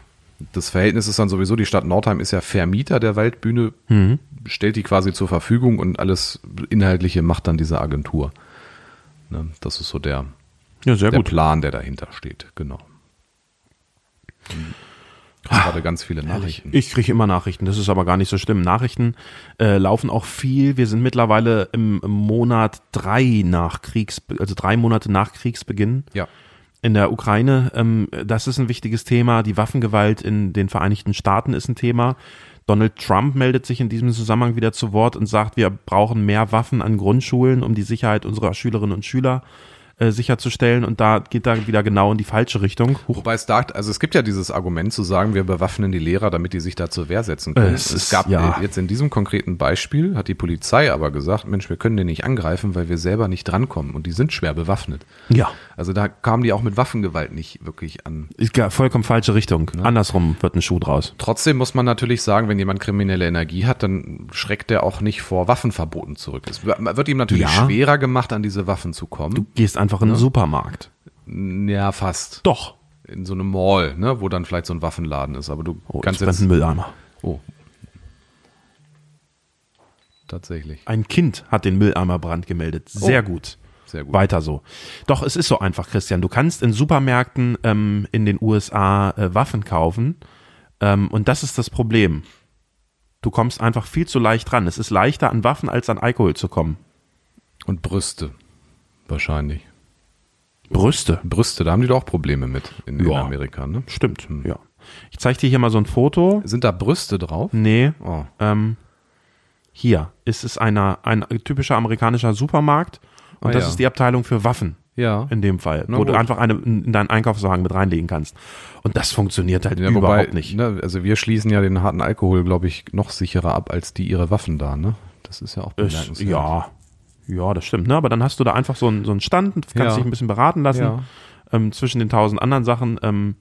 Speaker 2: Das Verhältnis ist dann sowieso, die Stadt Nordheim ist ja Vermieter der Waldbühne,
Speaker 1: Mhm.
Speaker 2: stellt die quasi zur Verfügung und alles Inhaltliche macht dann diese Agentur. Ne? Das ist so der,
Speaker 1: Ja, sehr
Speaker 2: der
Speaker 1: gut.
Speaker 2: Plan, der dahinter steht, genau.
Speaker 1: Hm.
Speaker 2: Ich
Speaker 1: Ah,
Speaker 2: hab gerade ganz viele Nachrichten.
Speaker 1: Ich kriege immer Nachrichten, das ist aber gar nicht so schlimm. Nachrichten äh, laufen auch viel. Wir sind mittlerweile im, im Monat drei nach Kriegs, also drei Monate nach Kriegsbeginn
Speaker 2: Ja,
Speaker 1: in der Ukraine. Ähm, das ist ein wichtiges Thema. Die Waffengewalt in den Vereinigten Staaten ist ein Thema. Donald Trump meldet sich in diesem Zusammenhang wieder zu Wort und sagt, wir brauchen mehr Waffen an Grundschulen, um die Sicherheit unserer Schülerinnen und Schüler äh, sicherzustellen. Und da geht da wieder genau in die falsche Richtung. Huch,
Speaker 2: wobei es da, also es gibt ja dieses Argument zu sagen, wir bewaffnen die Lehrer, damit die sich da zur Wehr setzen können.
Speaker 1: Es ist-
Speaker 2: gab äh,
Speaker 1: ja.
Speaker 2: jetzt in diesem konkreten Beispiel, hat die Polizei aber gesagt, Mensch, wir können den nicht angreifen, weil wir selber nicht drankommen und die sind schwer bewaffnet.
Speaker 1: ja,
Speaker 2: Also da kamen die auch mit Waffengewalt nicht wirklich an.
Speaker 1: ist gar- vollkommen falsche Richtung. Andersrum wird ein Schuh draus.
Speaker 2: Trotzdem muss man natürlich sagen, wenn jemand kriminelle Energie hat, dann schreckt er auch nicht vor Waffenverboten zurück. Es wird ihm natürlich
Speaker 1: Ja.
Speaker 2: schwerer gemacht, an diese Waffen zu kommen.
Speaker 1: Gehst einfach in den Supermarkt.
Speaker 2: ja, fast.
Speaker 1: Doch.
Speaker 2: In so einem Mall, ne, wo dann vielleicht so ein Waffenladen ist. Aber du
Speaker 1: Oh,
Speaker 2: kannst
Speaker 1: jetzt brennt
Speaker 2: jetzt.
Speaker 1: ein Mülleimer.
Speaker 2: Oh. Tatsächlich.
Speaker 1: Ein Kind hat den Mülleimerbrand gemeldet. Oh. Sehr gut.
Speaker 2: Sehr gut.
Speaker 1: Weiter so. Doch, es ist so einfach, Christian. Du kannst in Supermärkten ähm, in den USA äh, Waffen kaufen. Ähm, und das ist das Problem. Du kommst einfach viel zu leicht ran. Es ist leichter an Waffen als an Alkohol zu kommen.
Speaker 2: Und Brüste. Wahrscheinlich.
Speaker 1: Brüste.
Speaker 2: Brüste, da haben die doch auch Probleme mit in, in
Speaker 1: Ja.
Speaker 2: Amerika, ne?
Speaker 1: Stimmt, ja. Ich zeige dir hier mal so ein Foto.
Speaker 2: Sind da Brüste drauf?
Speaker 1: Nee.
Speaker 2: Oh.
Speaker 1: Ähm, hier ist es einer, ein typischer amerikanischer Supermarkt. Und
Speaker 2: Ah,
Speaker 1: das
Speaker 2: ja.
Speaker 1: ist die Abteilung für Waffen.
Speaker 2: Ja.
Speaker 1: In dem Fall.
Speaker 2: Na
Speaker 1: wo du
Speaker 2: gut.
Speaker 1: einfach eine in in deinen Einkaufswagen mit reinlegen kannst. Und das funktioniert halt
Speaker 2: Ja,
Speaker 1: überhaupt
Speaker 2: wobei,
Speaker 1: nicht.
Speaker 2: Ne, also wir schließen ja den harten Alkohol, glaube ich, noch sicherer ab als die ihre Waffen da, ne? Das ist ja auch
Speaker 1: Es, ja. Ja, das stimmt. Ne? Aber dann hast du da einfach so einen, so einen Stand, kannst
Speaker 2: Ja.
Speaker 1: dich ein bisschen beraten lassen
Speaker 2: Ja.
Speaker 1: ähm, zwischen den tausend anderen Sachen. Ähm,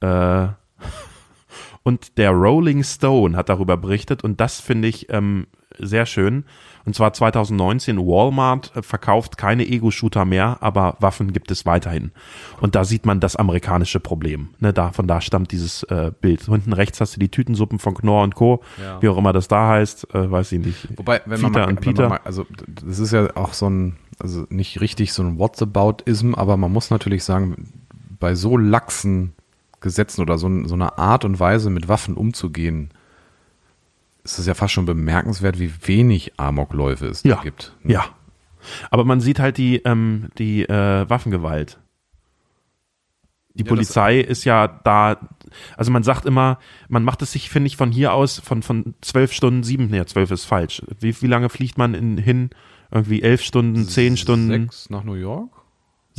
Speaker 1: äh, und der Rolling Stone hat darüber berichtet und das finde ich ähm, sehr schön. Und zwar 2019, Walmart äh, verkauft keine Ego-Shooter mehr, aber Waffen gibt es weiterhin. Und da sieht man das amerikanische Problem. Ne, da, von da stammt dieses äh, Bild. Hinten rechts hast du die Tütensuppen von Knorr und Co.,
Speaker 2: Ja.
Speaker 1: wie auch immer das da heißt, äh, weiß ich nicht.
Speaker 2: Wobei, wenn man,
Speaker 1: Fieter
Speaker 2: mal,
Speaker 1: und
Speaker 2: wenn
Speaker 1: Peter.
Speaker 2: man mal, also das ist ja auch so ein, also nicht richtig so ein Whataboutism, aber man muss natürlich sagen, bei so laxen Gesetzen oder so, so einer Art und Weise mit Waffen umzugehen, ist es ja fast schon bemerkenswert, wie wenig Amokläufe es da
Speaker 1: ja.
Speaker 2: gibt. ne?
Speaker 1: Ja. Aber man sieht halt die, ähm, die äh, Waffengewalt. Die
Speaker 2: das-
Speaker 1: Polizei ist ja da, also man sagt immer, man macht es sich, finde ich, von hier aus von von zwölf Stunden sieben, nee, zwölf ist falsch. Wie, wie lange fliegt man in, hin? Irgendwie elf Stunden, zehn Stunden, sechs,
Speaker 2: Sechs nach New York?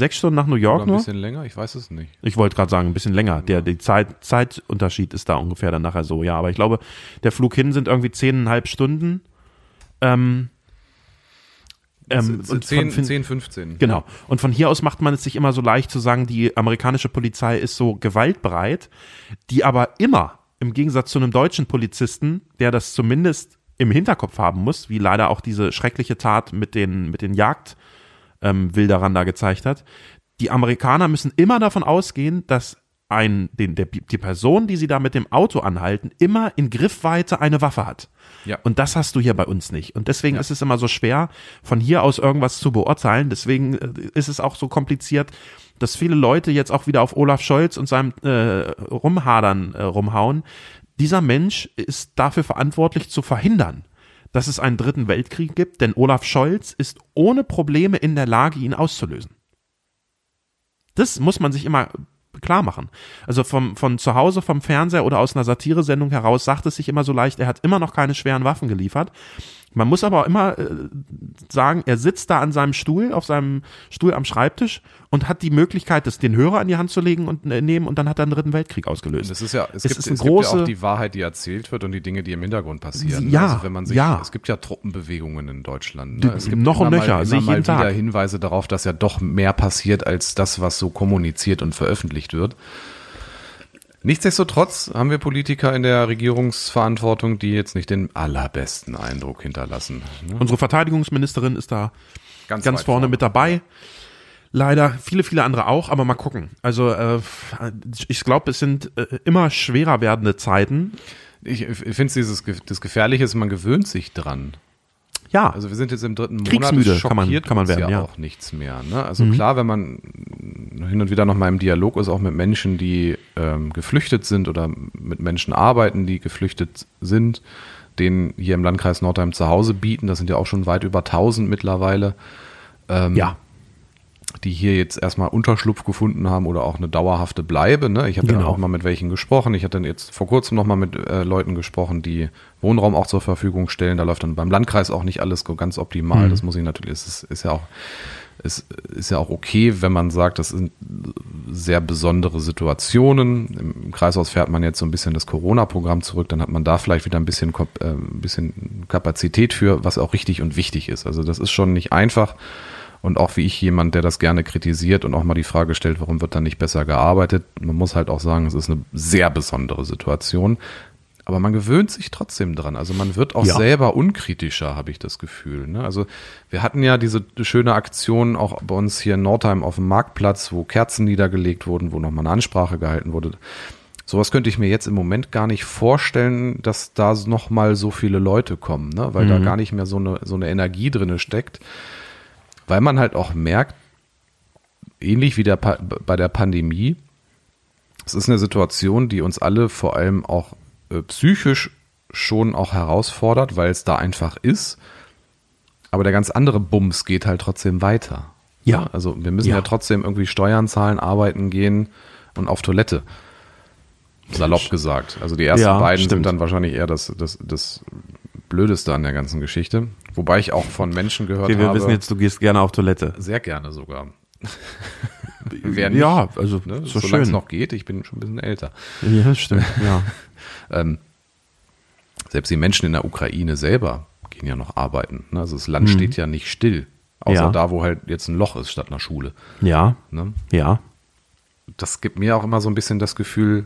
Speaker 1: Stunden nach New
Speaker 2: Oder
Speaker 1: York
Speaker 2: ein
Speaker 1: nur?
Speaker 2: bisschen länger? Ich weiß es nicht.
Speaker 1: Ich wollte gerade sagen, ein bisschen länger. Der die Zeit, Zeitunterschied ist da ungefähr dann nachher so, ja. Aber ich glaube, der Flug hin sind irgendwie zehneinhalb Stunden. Ähm, ähm,
Speaker 2: Z-
Speaker 1: und
Speaker 2: Also zehn,
Speaker 1: von- fin-
Speaker 2: 10, 15.
Speaker 1: Genau. Und von hier aus macht man es sich immer so leicht zu sagen, die amerikanische Polizei ist so gewaltbereit, die aber immer, im Gegensatz zu einem deutschen Polizisten, der das zumindest im Hinterkopf haben muss, wie leider auch diese schreckliche Tat mit den, mit den Jagd, ähm, Wilderern da gezeigt hat. Die Amerikaner müssen immer davon ausgehen, dass ein, den, der, die Person, die sie da mit dem Auto anhalten, immer in Griffweite eine Waffe hat.
Speaker 2: Ja.
Speaker 1: Und das hast du hier bei uns nicht. Und deswegen ist es immer so schwer, von hier aus irgendwas zu beurteilen. Deswegen äh, ist es auch so kompliziert, dass viele Leute jetzt auch wieder auf Olaf Scholz und seinem äh, Rumhadern äh, rumhauen. Dieser Mensch ist dafür verantwortlich zu verhindern, dass es einen dritten Weltkrieg gibt, denn Olaf Scholz ist ohne Probleme in der Lage, ihn auszulösen. Das muss man sich immer klar machen. Also vom, von zu Hause, vom Fernseher oder aus einer Satiresendung heraus sagt es sich immer so leicht, er hat immer noch keine schweren Waffen geliefert. Man muss aber auch immer äh, sagen, er sitzt da an seinem Stuhl, auf seinem Stuhl am Schreibtisch und hat die Möglichkeit, das, den Hörer in die Hand zu legen und äh, nehmen und dann hat er einen dritten Weltkrieg ausgelöst.
Speaker 2: Das ist ja,
Speaker 1: Es
Speaker 2: es, gibt,
Speaker 1: ist eine
Speaker 2: es gibt ja auch
Speaker 1: große-
Speaker 2: die Wahrheit, die erzählt wird und die Dinge, die im Hintergrund passieren.
Speaker 1: Ja,
Speaker 2: also wenn man sich,
Speaker 1: ja.
Speaker 2: es gibt ja Truppenbewegungen in Deutschland. Ne? Es gibt
Speaker 1: noch und
Speaker 2: immer
Speaker 1: nöcher,
Speaker 2: mal,
Speaker 1: sehe
Speaker 2: immer
Speaker 1: ich
Speaker 2: mal
Speaker 1: jeden
Speaker 2: wieder
Speaker 1: Tag.
Speaker 2: Hinweise darauf, dass ja doch mehr passiert als das, was so kommuniziert und veröffentlicht wird. Nichtsdestotrotz haben wir Politiker in der Regierungsverantwortung, die jetzt nicht den allerbesten Eindruck hinterlassen. Ne?
Speaker 1: Unsere Verteidigungsministerin ist da ganz,
Speaker 2: weit
Speaker 1: vorne, mit dabei. Leider viele, viele andere auch, aber mal gucken. Also äh, ich glaube, es sind äh, immer schwerer werdende Zeiten.
Speaker 2: Ich, ich finde dieses Ge- das Gefährliche ist, man gewöhnt sich dran.
Speaker 1: Ja,
Speaker 2: Also wir sind jetzt im dritten
Speaker 1: Kriegsmüde
Speaker 2: Monat, es
Speaker 1: kann man-
Speaker 2: schockiert
Speaker 1: kann man
Speaker 2: uns
Speaker 1: werden, ja. Mhm.
Speaker 2: auch nichts mehr. Ne? Also klar, wenn man hin und wieder noch mal im Dialog ist, auch mit Menschen, die ähm, geflüchtet sind oder mit Menschen arbeiten, die geflüchtet sind, denen hier im Landkreis Nordheim zu Hause bieten, das sind ja auch schon weit über 1000 mittlerweile,
Speaker 1: ja.
Speaker 2: die hier jetzt erstmal Unterschlupf gefunden haben oder auch eine dauerhafte Bleibe. Ne? Ich habe dann
Speaker 1: Genau.
Speaker 2: auch mal mit welchen gesprochen. Ich habe dann jetzt vor kurzem noch mal mit äh, Leuten gesprochen, die Wohnraum auch zur Verfügung stellen. Da läuft dann beim Landkreis auch nicht alles so ganz optimal. Das muss ich natürlich, es ist, ist ja auch es ist ja auch okay, wenn man sagt, das sind sehr besondere Situationen. Im Kreishaus fährt man jetzt so ein bisschen das Corona-Programm zurück, dann hat man da vielleicht wieder ein bisschen, Kap- äh, ein bisschen Kapazität für, was auch richtig und wichtig ist. Also das ist schon nicht einfach. Und auch wie ich jemand, der das gerne kritisiert und auch mal die Frage stellt, warum wird dann nicht besser gearbeitet? Man muss halt auch sagen, es ist eine sehr besondere Situation. Aber man gewöhnt sich trotzdem dran. Also man wird auch
Speaker 1: Ja.
Speaker 2: selber unkritischer, habe ich das Gefühl. Ne? Also wir hatten ja diese schöne Aktion auch bei uns hier in Nordheim auf dem Marktplatz, wo Kerzen niedergelegt wurden, wo nochmal eine Ansprache gehalten wurde. Sowas könnte ich mir jetzt im Moment gar nicht vorstellen, dass da nochmal so viele Leute kommen, ne? weil da gar nicht mehr so eine, so eine Energie drinne steckt. Weil man halt auch merkt, ähnlich wie der pa bei der Pandemie, es ist eine Situation, die uns alle vor allem auch äh, psychisch schon auch herausfordert, weil es da einfach ist. Aber der ganz andere Bums geht halt trotzdem weiter.
Speaker 1: Ja.
Speaker 2: Also wir müssen ja,
Speaker 1: Ja.
Speaker 2: trotzdem irgendwie Steuern zahlen, arbeiten gehen und auf Toilette. Salopp gesagt. Also die ersten
Speaker 1: Ja,
Speaker 2: beiden sind
Speaker 1: stimmt.
Speaker 2: dann wahrscheinlich eher das, das, das Blödeste an der ganzen Geschichte. Wobei ich auch von Menschen gehört
Speaker 1: Okay, wir
Speaker 2: habe.
Speaker 1: wissen jetzt, du gehst gerne auf Toilette.
Speaker 2: Sehr gerne sogar. Wer
Speaker 1: Ja, also
Speaker 2: ne?
Speaker 1: so
Speaker 2: solange es
Speaker 1: schön.
Speaker 2: noch geht, ich bin schon ein bisschen älter.
Speaker 1: Ja, stimmt. Ja.
Speaker 2: Selbst die Menschen in der Ukraine selber gehen ja noch arbeiten. Ne? Also das Land steht ja nicht still. Außer
Speaker 1: Mhm. Ja.
Speaker 2: da, wo halt jetzt ein Loch ist statt einer Schule.
Speaker 1: ja,
Speaker 2: Ne?
Speaker 1: ja.
Speaker 2: Das gibt mir auch immer so ein bisschen das Gefühl,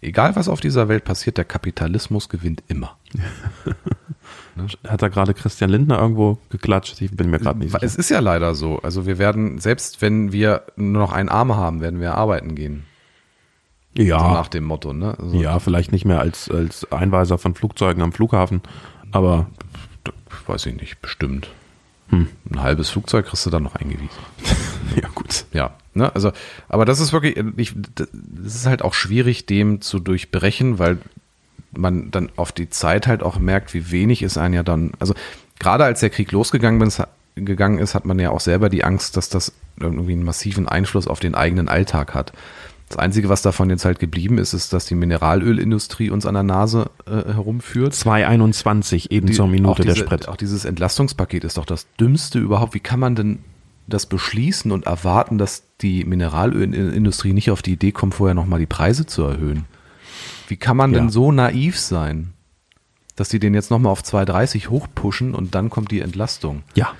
Speaker 2: egal was auf dieser Welt passiert, der Kapitalismus gewinnt immer.
Speaker 1: Hat da gerade Christian Lindner irgendwo geklatscht? Ich bin mir gerade nicht
Speaker 2: Weil
Speaker 1: sicher.
Speaker 2: Es ist ja leider so. Also wir werden, selbst wenn wir nur noch einen Arm haben, werden wir arbeiten gehen. So
Speaker 1: Ja,
Speaker 2: nach dem Motto. Ne? Also
Speaker 1: Ah. ja, vielleicht nicht mehr als, als Einweiser von Flugzeugen am Flughafen, aber
Speaker 2: weiß ich nicht, bestimmt. Ein halbes Flugzeug kriegst du dann noch eingewiesen.
Speaker 1: ja, gut.
Speaker 2: Ja, ne? also, aber das ist wirklich, ich, das ist halt auch schwierig, dem zu durchbrechen, weil man dann auf die Zeit halt auch merkt, wie wenig ist ein ja dann, also gerade als der Krieg losgegangen bin, gegangen ist, hat man ja auch selber die Angst, dass das irgendwie einen massiven Einfluss auf den eigenen Alltag hat. Das Einzige, was davon jetzt halt geblieben ist, ist, dass die Mineralölindustrie uns an der Nase äh, herumführt.
Speaker 1: 2,21 eben
Speaker 2: Die-
Speaker 1: zur Minute
Speaker 2: auch
Speaker 1: der
Speaker 2: diese-
Speaker 1: Sprit.
Speaker 2: Auch dieses Entlastungspaket ist doch das Dümmste überhaupt. Wie kann man denn das beschließen und erwarten, dass die Mineralölindustrie nicht auf die Idee kommt, vorher nochmal die Preise zu erhöhen? Wie kann man
Speaker 1: Ja.
Speaker 2: denn so naiv sein, dass die den jetzt nochmal auf 2,30 hochpushen und dann kommt die Entlastung?
Speaker 1: Ja.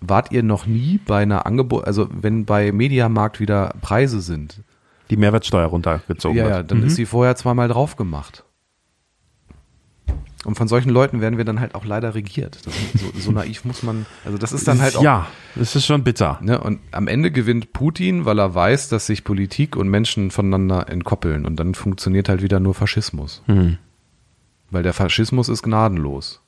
Speaker 2: Wart ihr noch nie bei einer Angebot, also wenn bei Mediamarkt wieder Preise sind,
Speaker 1: Die Mehrwertsteuer runtergezogen
Speaker 2: ja,
Speaker 1: wird.
Speaker 2: ja, dann ist sie vorher zweimal drauf gemacht. Und von solchen Leuten werden wir dann halt auch leider regiert. Das, so, so naiv muss man, also das ist dann halt auch.
Speaker 1: ja, es ist schon bitter.
Speaker 2: Ne? Und am Ende gewinnt Putin, weil er weiß, dass sich Politik und Menschen voneinander entkoppeln. Und dann funktioniert halt wieder nur Faschismus. Weil der Faschismus ist gnadenlos.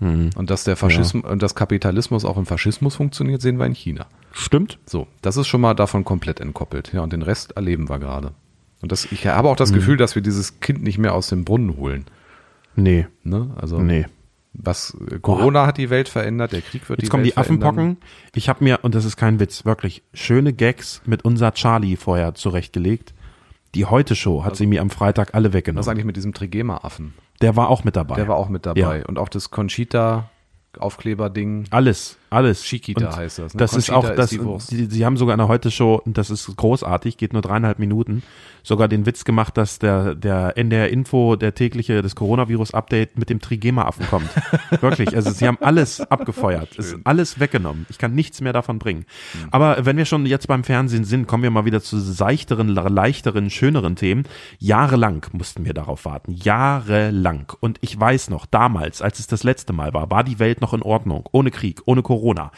Speaker 2: Und dass der Faschismus und dass Kapitalismus auch im Faschismus funktioniert, sehen wir in China.
Speaker 1: Stimmt.
Speaker 2: So, das ist schon mal davon komplett entkoppelt. Ja, und den Rest erleben wir gerade. Und das, ich habe auch
Speaker 1: Mhm.
Speaker 2: das Gefühl, dass wir dieses Kind nicht mehr aus dem Brunnen holen.
Speaker 1: Nee.
Speaker 2: Ne? Also
Speaker 1: Nee.
Speaker 2: was äh, Corona hat die Welt verändert, der Krieg wird
Speaker 1: Jetzt
Speaker 2: die
Speaker 1: kommen
Speaker 2: Welt
Speaker 1: die Affenpocken. Ich habe mir, und das ist kein Witz, wirklich schöne Gags mit unser Charlie vorher zurechtgelegt. Die Heute-Show
Speaker 2: Also
Speaker 1: hat sie mir am Freitag alle
Speaker 2: Was ist
Speaker 1: weggenommen.
Speaker 2: eigentlich mit diesem Trigema-Affen?
Speaker 1: Der war auch mit dabei.
Speaker 2: Der war auch mit dabei.
Speaker 1: Ja.
Speaker 2: Und auch das Conchita-Aufkleber-Ding.
Speaker 1: Alles, alles.
Speaker 2: Chiquita heißt das, ne?
Speaker 1: Das ist
Speaker 2: Conchita
Speaker 1: auch, das,
Speaker 2: ist die Wurst.
Speaker 1: die, sie haben sogar in der Heute-Show, und das ist großartig, geht nur dreieinhalb Minuten, sogar den Witz gemacht, dass der, der NDR-Info, der tägliche, das Coronavirus-Update mit dem Trigema-Affen kommt. Wirklich, also sie haben alles abgefeuert. Es ist alles weggenommen. Ich kann nichts mehr davon bringen.
Speaker 2: Mhm.
Speaker 1: Aber wenn wir schon jetzt beim Fernsehen sind, kommen wir mal wieder zu seichteren, le- leichteren, schöneren Themen. Jahrelang mussten wir darauf warten. Jahrelang. Und ich weiß noch, damals, als es das letzte Mal war, war die Welt noch in Ordnung. Ohne Krieg, ohne Corona.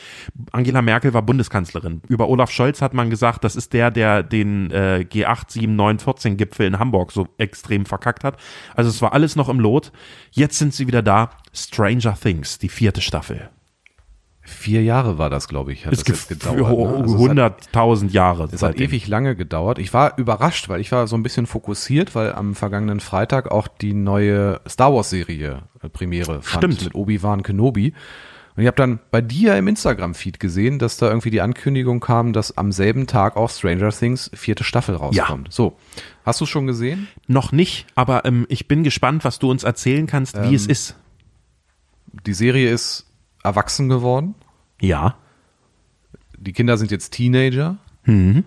Speaker 1: Angela Merkel war Bundeskanzlerin. Über Olaf Scholz hat man gesagt, das ist der, der den äh, G8, 7, 9, 14 Gipfel in Hamburg so extrem verkackt hat. Also es war alles noch im Lot. Jetzt sind sie wieder da. Stranger Things, die vierte Staffel.
Speaker 2: Vier Jahre war das, glaube ich, hat
Speaker 1: Es
Speaker 2: das
Speaker 1: gibt
Speaker 2: jetzt gedauert. ne? Also es hat-
Speaker 1: 100.000 Jahre.
Speaker 2: Es hat
Speaker 1: seitdem.
Speaker 2: ewig lange gedauert. Ich war überrascht, weil ich war so ein bisschen fokussiert, weil am vergangenen Freitag auch die neue Star Wars Serie äh, Premiere fand
Speaker 1: Stimmt.
Speaker 2: mit Obi-Wan Kenobi. Und ich habe dann bei dir im Instagram-Feed gesehen, dass da irgendwie die Ankündigung kam, dass am selben Tag auch Stranger Things vierte Staffel rauskommt. So, hast du schon gesehen?
Speaker 1: Noch nicht, aber ähm, ich bin gespannt, was du uns erzählen kannst,
Speaker 2: Ähm,
Speaker 1: wie es ist.
Speaker 2: Die Serie ist erwachsen geworden.
Speaker 1: Ja.
Speaker 2: die Kinder sind jetzt Teenager.
Speaker 1: Mhm.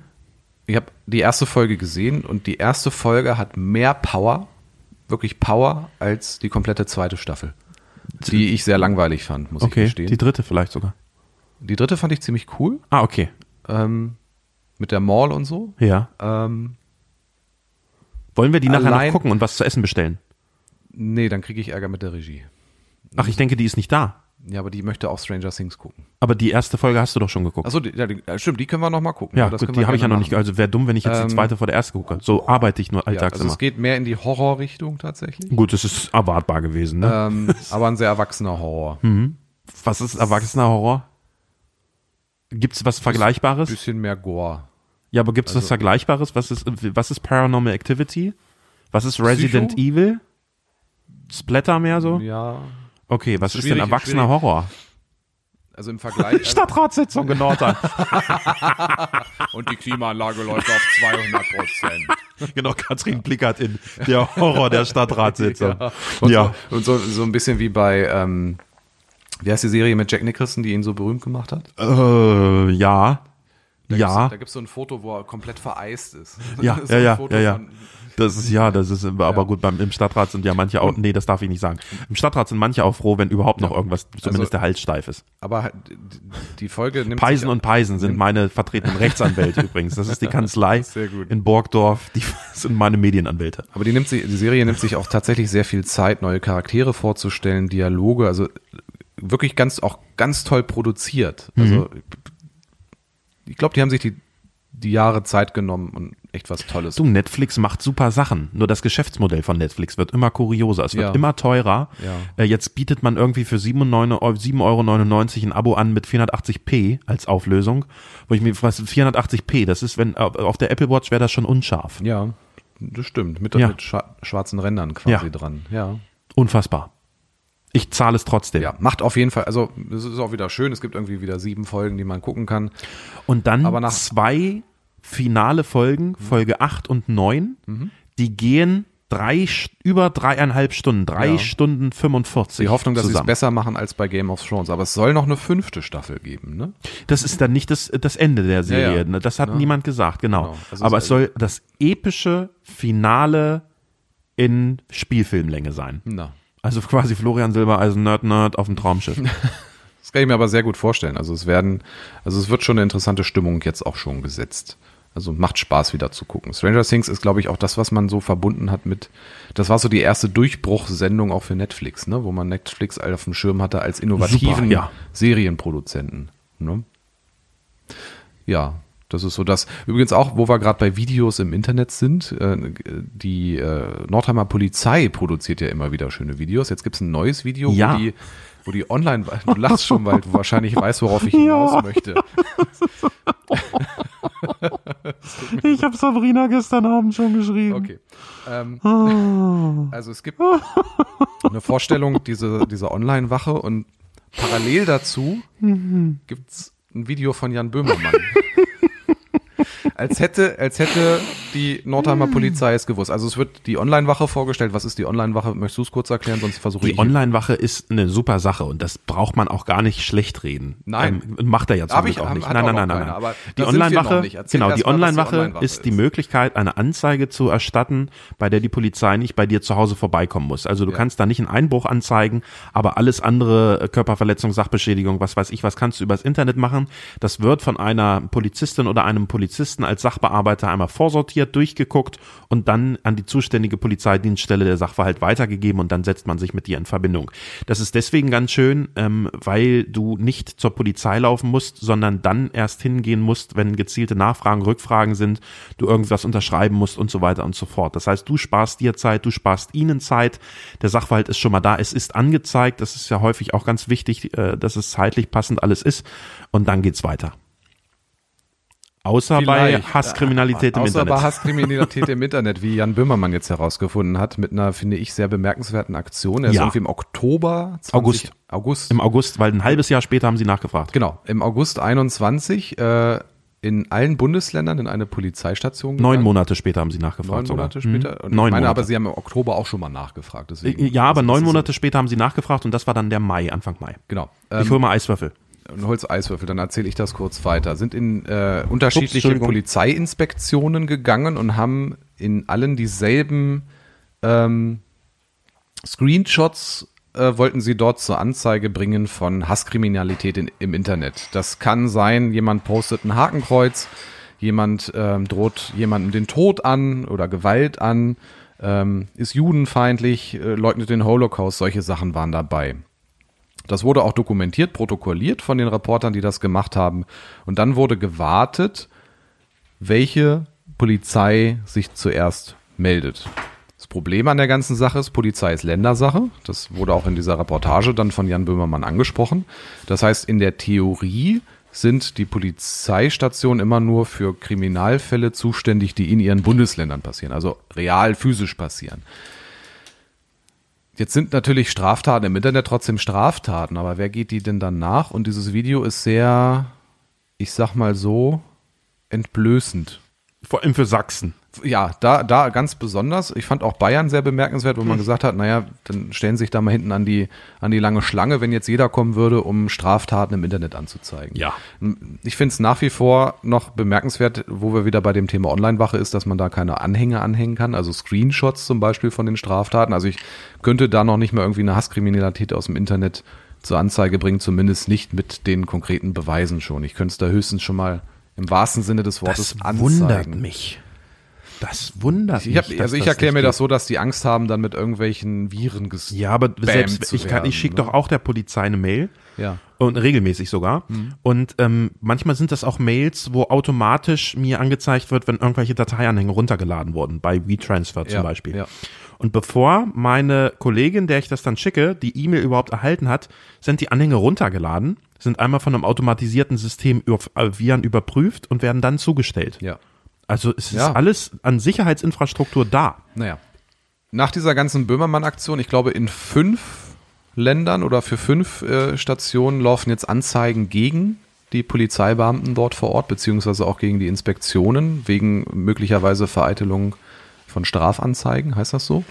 Speaker 2: Ich habe die erste Folge gesehen und die erste Folge hat mehr Power, wirklich Power, als die komplette zweite Staffel. Die ich sehr langweilig fand, muss
Speaker 1: Okay,
Speaker 2: ich gestehen.
Speaker 1: die
Speaker 2: Die,
Speaker 1: dritte vielleicht sogar.
Speaker 2: dritte fand ich ziemlich cool,
Speaker 1: Ah, okay.
Speaker 2: ähm, mit der Mall und so.
Speaker 1: Ja.
Speaker 2: Ähm,
Speaker 1: Wollen wir die nachher noch
Speaker 2: Allein-
Speaker 1: gucken und was zu essen bestellen?
Speaker 2: nee, dann kriege ich Ärger mit der Regie.
Speaker 1: Ach, ich denke, die ist nicht da.
Speaker 2: Ja, aber die möchte auch Stranger Things gucken.
Speaker 1: Aber die erste Folge hast du doch schon geguckt.
Speaker 2: Achso, die, ja, die, ja, stimmt, die können wir noch mal gucken.
Speaker 1: ja,
Speaker 2: Das
Speaker 1: gut,
Speaker 2: können wir
Speaker 1: die habe ich ja
Speaker 2: gerne
Speaker 1: noch nicht.
Speaker 2: machen.
Speaker 1: Also wäre dumm, wenn ich jetzt die
Speaker 2: Ähm,
Speaker 1: zweite vor der ersten gucke. So arbeite ich nur
Speaker 2: Ja,
Speaker 1: alltags
Speaker 2: also es
Speaker 1: immer.
Speaker 2: geht mehr in die Horrorrichtung tatsächlich.
Speaker 1: Gut, es ist erwartbar gewesen. Ne?
Speaker 2: ähm, aber ein sehr erwachsener Horror.
Speaker 1: Hm. was ist erwachsener Horror? Gibt's was Vergleichbares?
Speaker 2: Bisschen mehr Gore.
Speaker 1: Ja, aber gibt's
Speaker 2: Also-
Speaker 1: was Vergleichbares? Was ist, was ist Paranormal Activity? Was ist Resident
Speaker 2: Psycho?
Speaker 1: Evil? Splatter mehr so?
Speaker 2: Ja,
Speaker 1: Okay, was ist denn
Speaker 2: Schwierig,
Speaker 1: erwachsener
Speaker 2: schwierig.
Speaker 1: Horror?
Speaker 2: also im Vergleich.
Speaker 1: Stadtratssitzung in Nordheim.
Speaker 2: und die Klimaanlage läuft auf 200 Prozent.
Speaker 1: genau, Katrin Blickert in der Horror der Stadtratssitzung. Ja.
Speaker 2: Und, so, und so, so ein bisschen wie bei, ähm, wie heißt die Serie mit Jack Nicholson, die ihn so berühmt gemacht hat?
Speaker 1: Äh, ja. Ja.
Speaker 2: Da gibt es so ein Foto, wo er komplett vereist ist.
Speaker 1: Ja,
Speaker 2: So
Speaker 1: ja,
Speaker 2: ein
Speaker 1: ja,
Speaker 2: Foto
Speaker 1: ja, ja.
Speaker 2: von-
Speaker 1: Das ist ja, das ist aber gut beim im Stadtrat sind ja manche auch nee, das darf ich nicht sagen. Im Stadtrat sind manche auch froh, wenn überhaupt noch irgendwas zumindest
Speaker 2: Also-
Speaker 1: der Hals steif ist.
Speaker 2: Aber halt, d- die Folge nimmt.
Speaker 1: Peisen
Speaker 2: sich-
Speaker 1: und Peisen sind meine vertretenen Rechtsanwälte übrigens. Das ist die Kanzlei
Speaker 2: Sehr gut.
Speaker 1: in Borgdorf, die sind meine Medienanwälte.
Speaker 2: aber die, nimmt sich, die Serie nimmt sich auch tatsächlich sehr viel Zeit, neue Charaktere vorzustellen, Dialoge, also wirklich ganz, auch ganz toll produziert. Also,
Speaker 1: Mhm.
Speaker 2: ich glaube, die haben sich die, die Jahre Zeit genommen und echt was Tolles
Speaker 1: Du, Netflix macht super Sachen. Nur das Geschäftsmodell von Netflix wird immer kurioser. Es wird
Speaker 2: Ja.
Speaker 1: immer teurer.
Speaker 2: Ja.
Speaker 1: Äh, jetzt bietet man irgendwie für 7,99 äh, Euro ein Abo an mit 480p als Auflösung. Wo ich mir was 480p, das ist, wenn äh, auf- auf der Apple Watch wäre das schon unscharf.
Speaker 2: Ja, das stimmt. Mit,
Speaker 1: Ja.
Speaker 2: mit scha schwarzen Rändern quasi
Speaker 1: Ja.
Speaker 2: dran. Ja.
Speaker 1: Unfassbar. Ich zahle es trotzdem.
Speaker 2: ja, macht auf jeden Fall. Also, es ist auch wieder schön. Es gibt irgendwie wieder sieben Folgen, die man gucken kann.
Speaker 1: Und dann
Speaker 2: Aber nach- Mhm.
Speaker 1: zwei finale Folgen, Folge 8 und 9, die gehen drei, St- über dreieinhalb Stunden, drei
Speaker 2: Ja.
Speaker 1: Stunden 45.
Speaker 2: Die Hoffnung, dass sie es
Speaker 1: zusammen.
Speaker 2: besser machen als bei Game of Thrones. Aber es soll noch eine fünfte Staffel geben, ne?
Speaker 1: Das ist dann nicht das, das Ende der Serie.
Speaker 2: ja.
Speaker 1: ne? Das hat niemand gesagt, genau.
Speaker 2: Genau. Also
Speaker 1: Aber
Speaker 2: es-
Speaker 1: es soll das epische Finale in Spielfilmlänge sein.
Speaker 2: Na.
Speaker 1: Also quasi Florian Silbereisen Nerd Nerd auf dem Traumschiff.
Speaker 2: Das kann ich mir aber sehr gut vorstellen. Also, es werden, also, es wird schon eine interessante Stimmung jetzt auch schon gesetzt. Also macht Spaß wieder zu gucken. Stranger Things ist, glaube ich, auch das, was man so verbunden hat mit. Das war so die erste Durchbruchsendung auch für Netflix, ne? wo man Netflix auf dem Schirm hatte als innovativen
Speaker 1: Super, ja.
Speaker 2: Serienproduzenten. Ne? Ja, das ist so das. Übrigens auch, wo wir gerade bei Videos im Internet sind, äh, die äh, Nordheimer Polizei produziert ja immer wieder schöne Videos. Jetzt gibt es ein neues Video,
Speaker 1: Ja.
Speaker 2: wo die wo die online, du lachst schon, weil du wahrscheinlich weißt, worauf ich hinaus möchte.
Speaker 1: Ich habe Sabrina gestern Abend schon geschrieben.
Speaker 2: Okay. Ähm, also es gibt eine Vorstellung dieser, dieser Online-Wache und parallel dazu gibt's ein Video von Jan Böhmermann. Als hätte, als hätte die Nordheimer Polizei es gewusst. Also es wird die Online-Wache vorgestellt. Was ist die Online-Wache? Möchtest du es kurz erklären? Sonst versuche ich.
Speaker 1: Also Die Online-Wache ist eine super Sache und das braucht man auch gar nicht schlecht reden.
Speaker 2: Nein.
Speaker 1: Ähm, macht er ja zum
Speaker 2: Hab
Speaker 1: Glück
Speaker 2: ich-
Speaker 1: auch
Speaker 2: hab-
Speaker 1: nicht.
Speaker 2: hat
Speaker 1: Nein,
Speaker 2: auch
Speaker 1: nein,
Speaker 2: noch
Speaker 1: nein, nein,
Speaker 2: keiner,
Speaker 1: nein.
Speaker 2: aber
Speaker 1: Die
Speaker 2: da sind wir noch
Speaker 1: Online-Wache,
Speaker 2: nicht. Erzähl
Speaker 1: genau,
Speaker 2: erst
Speaker 1: die
Speaker 2: mal, was die
Speaker 1: Online-Wache
Speaker 2: Online-Wache
Speaker 1: ist die
Speaker 2: ist.
Speaker 1: Möglichkeit, eine Anzeige zu erstatten, bei der die Polizei nicht bei dir zu Hause vorbeikommen muss. Also du
Speaker 2: Ja.
Speaker 1: kannst da nicht einen Einbruch anzeigen, aber alles andere, äh, Körperverletzung, Sachbeschädigung, was weiß ich, was kannst du übers Internet machen. Das wird von einer Polizistin oder einem Polizisten als Sachbearbeiter einmal vorsortiert, durchgeguckt und dann an die zuständige Polizeidienststelle der Sachverhalt weitergegeben und dann setzt man sich mit dir in Verbindung. Das ist deswegen ganz schön, ähm, weil du nicht zur Polizei laufen musst, sondern dann erst hingehen musst, wenn gezielte Nachfragen, Rückfragen sind, du irgendwas unterschreiben musst und so weiter und so fort. Das heißt, du sparst dir Zeit, du sparst ihnen Zeit, der Sachverhalt ist schon mal da, es ist angezeigt, das ist ja häufig auch ganz wichtig, äh, dass es zeitlich passend alles ist und dann geht's weiter. Außer bei
Speaker 2: Vielleicht.
Speaker 1: Hasskriminalität im
Speaker 2: Außer bei
Speaker 1: Internet.
Speaker 2: Hasskriminalität im Internet, wie Jan Böhmermann jetzt herausgefunden hat, mit einer, finde ich, sehr bemerkenswerten Aktion. Er ist
Speaker 1: Ja.
Speaker 2: irgendwie im Oktober 20,
Speaker 1: August.
Speaker 2: August.
Speaker 1: Im August, weil ein halbes Jahr später haben sie nachgefragt.
Speaker 2: Genau, im August 21 äh, in allen Bundesländern in eine Polizeistation.
Speaker 1: Neun
Speaker 2: gegangen.
Speaker 1: Monate später haben sie nachgefragt.
Speaker 2: Neun
Speaker 1: sogar.
Speaker 2: Monate später.
Speaker 1: Hm?
Speaker 2: Und
Speaker 1: Neun
Speaker 2: ich meine,
Speaker 1: Monate.
Speaker 2: aber sie haben im Oktober auch schon mal nachgefragt. Deswegen,
Speaker 1: ja,
Speaker 2: Also
Speaker 1: aber
Speaker 2: das
Speaker 1: neun
Speaker 2: ist-
Speaker 1: Monate später haben sie nachgefragt und das war dann der Mai, Anfang Mai.
Speaker 2: Genau.
Speaker 1: ich hole mal Eiswürfel.
Speaker 2: und holst Eiswürfel, dann erzähle ich das kurz weiter. Sind in äh, unterschiedliche
Speaker 1: Entschuldigung.
Speaker 2: Polizeiinspektionen gegangen und haben in allen dieselben ähm, Screenshots äh, wollten sie dort zur Anzeige bringen von Hasskriminalität in, im Internet. Das kann sein, jemand postet ein Hakenkreuz, jemand ähm, droht jemandem den Tod an oder Gewalt an, ähm, ist judenfeindlich, äh, leugnet den Holocaust, solche Sachen waren dabei. Das wurde auch dokumentiert, protokolliert von den Reportern, die das gemacht haben. Und dann wurde gewartet, welche Polizei sich zuerst meldet. Das Problem an der ganzen Sache ist, Polizei ist Ländersache. Das wurde auch in dieser Reportage dann von Jan Böhmermann angesprochen. Das heißt, in der Theorie sind die Polizeistationen immer nur für Kriminalfälle zuständig, die in ihren Bundesländern passieren, also real physisch passieren. Jetzt sind natürlich Straftaten im Internet trotzdem Straftaten, aber wer geht die denn dann nach? Und dieses Video ist sehr, ich sag mal so, entblößend.
Speaker 1: Vor allem für Sachsen.
Speaker 2: Ja, da, da ganz besonders. Ich fand auch Bayern sehr bemerkenswert, wo man gesagt hat, naja, dann stellen Sie sich da mal hinten an die, an die lange Schlange, wenn jetzt jeder kommen würde, um Straftaten im Internet anzuzeigen.
Speaker 1: Ja.
Speaker 2: Ich finde es nach wie vor noch bemerkenswert, wo wir wieder bei dem Thema Online-Wache ist, dass man da keine Anhänge anhängen kann, also Screenshots zum Beispiel von den Straftaten. Also ich könnte da noch nicht mal irgendwie eine Hasskriminalität aus dem Internet zur Anzeige bringen, zumindest nicht mit den konkreten Beweisen schon. Ich könnte es da höchstens schon mal im wahrsten Sinne des Wortes anzeigen.
Speaker 1: mich. Das wundert
Speaker 2: Ich hab,
Speaker 1: mich. dass
Speaker 2: also ich
Speaker 1: das
Speaker 2: erkläre
Speaker 1: nicht
Speaker 2: mir
Speaker 1: geht.
Speaker 2: das so, dass die Angst haben, dann mit irgendwelchen Viren ges
Speaker 1: Ja, aber
Speaker 2: spammt
Speaker 1: selbst
Speaker 2: zu
Speaker 1: ich, kann-
Speaker 2: werden,
Speaker 1: ich schicke
Speaker 2: ne?
Speaker 1: doch auch der Polizei eine Mail.
Speaker 2: Ja.
Speaker 1: Und regelmäßig sogar.
Speaker 2: Mhm.
Speaker 1: Und ähm, manchmal sind das auch Mails, wo automatisch mir angezeigt wird, wenn irgendwelche Dateianhänge runtergeladen wurden, bei WeTransfer zum
Speaker 2: Ja,
Speaker 1: Beispiel.
Speaker 2: ja.
Speaker 1: Und bevor meine Kollegin, der ich das dann schicke, die E-Mail überhaupt erhalten hat, sind die Anhänge runtergeladen, sind einmal von einem automatisierten System auf äh, Viren überprüft und werden dann zugestellt.
Speaker 2: Ja.
Speaker 1: Also es ist
Speaker 2: Ja.
Speaker 1: alles an Sicherheitsinfrastruktur da.
Speaker 2: Naja. Nach dieser ganzen Böhmermann-Aktion, ich glaube, in fünf Ländern oder für fünf äh, Stationen laufen jetzt Anzeigen gegen die Polizeibeamten dort vor Ort, beziehungsweise auch gegen die Inspektionen, wegen möglicherweise Vereitelung von Strafanzeigen, heißt das so?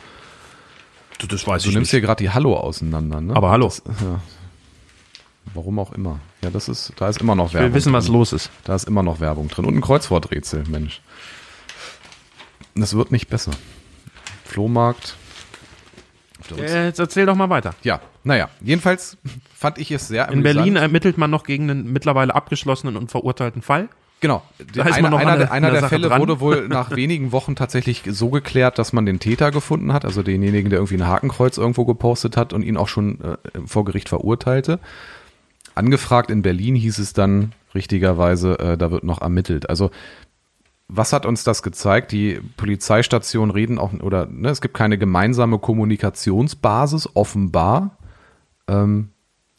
Speaker 1: Das weiß
Speaker 2: Du nimmst hier gerade die Hallo auseinander, ne?
Speaker 1: Also Aber hallo,
Speaker 2: Warum auch immer. Ja, das ist, da ist immer noch
Speaker 1: wir
Speaker 2: Werbung.
Speaker 1: wissen, was
Speaker 2: drin.
Speaker 1: los ist.
Speaker 2: Da ist immer noch Werbung drin. Und ein Kreuzworträtsel, Mensch. Das wird nicht besser. Flohmarkt. Auf der Rückseite.
Speaker 1: Äh, jetzt erzähl doch mal weiter.
Speaker 2: Ja, naja. Jedenfalls fand ich es sehr
Speaker 1: In
Speaker 2: amüsant.
Speaker 1: Berlin ermittelt man noch gegen einen mittlerweile abgeschlossenen und verurteilten Fall.
Speaker 2: Genau.
Speaker 1: Da ist man
Speaker 2: einer
Speaker 1: noch an
Speaker 2: einer,
Speaker 1: der-
Speaker 2: einer
Speaker 1: an der
Speaker 2: der,
Speaker 1: Sache
Speaker 2: Fälle
Speaker 1: dran.
Speaker 2: wurde wohl nach wenigen Wochen tatsächlich so geklärt, dass man den Täter gefunden hat, also denjenigen, der irgendwie ein Hakenkreuz irgendwo gepostet hat und ihn auch schon äh, vor Gericht verurteilte. Angefragt in Berlin hieß es dann richtigerweise, äh, da wird noch ermittelt. Also was hat uns das gezeigt? Die Polizeistationen reden auch, oder ne, es gibt keine gemeinsame Kommunikationsbasis, offenbar. Ähm,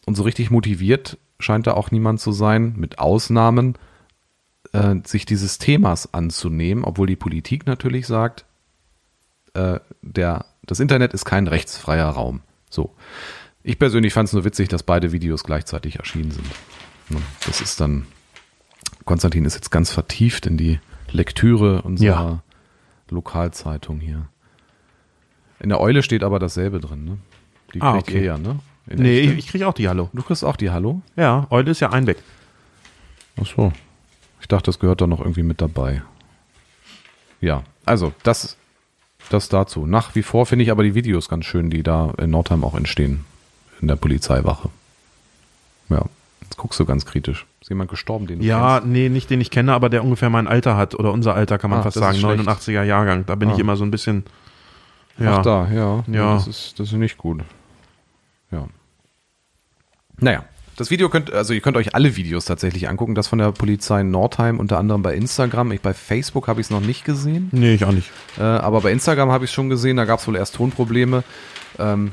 Speaker 2: und so richtig motiviert scheint da auch niemand zu sein, mit Ausnahmen, äh, sich dieses Themas anzunehmen, obwohl die Politik natürlich sagt, äh, der, das Internet ist kein rechtsfreier Raum. So. Ich persönlich fand es nur witzig, dass beide Videos gleichzeitig erschienen sind. Ne, Das ist dann. Konstantin ist jetzt ganz vertieft in die Lektüre unserer Lokalzeitung hier. In der Eule steht aber dasselbe drin, ne? Die
Speaker 1: Ah,
Speaker 2: kriegt
Speaker 1: okay.
Speaker 2: ihr ja, ne? In
Speaker 1: Nee,
Speaker 2: echt, ne?
Speaker 1: ich, ich kriege auch die Hallo.
Speaker 2: Du kriegst auch die Hallo?
Speaker 1: Ja, Eule ist ja ein weg.
Speaker 2: Ach so. Ich dachte, das gehört da noch irgendwie mit dabei. Ja, also das, das dazu. Nach wie vor finde ich aber die Videos ganz schön, die da in Nordheim auch entstehen. In der Polizeiwache. Ja, jetzt guckst du ganz kritisch. Ist jemand gestorben, den du
Speaker 1: Ja,
Speaker 2: kennst?
Speaker 1: nee, nicht den ich kenne, aber der ungefähr mein Alter hat oder unser Alter kann man
Speaker 2: Ah,
Speaker 1: fast
Speaker 2: das
Speaker 1: sagen,
Speaker 2: ist
Speaker 1: 89er Jahrgang. Da bin
Speaker 2: Ah.
Speaker 1: ich immer so ein bisschen. Ja,
Speaker 2: Ach da, ja.
Speaker 1: Ja.
Speaker 2: Das ist, das ist nicht gut. Ja. Naja. Das Video könnt, also ihr könnt euch alle Videos tatsächlich angucken. Das von der Polizei in Nordheim, unter anderem bei Instagram. Ich, bei Facebook habe ich es noch nicht gesehen.
Speaker 1: nee, ich auch nicht.
Speaker 2: Äh, aber bei Instagram habe ich es schon gesehen, da gab es wohl erst Tonprobleme. Ähm,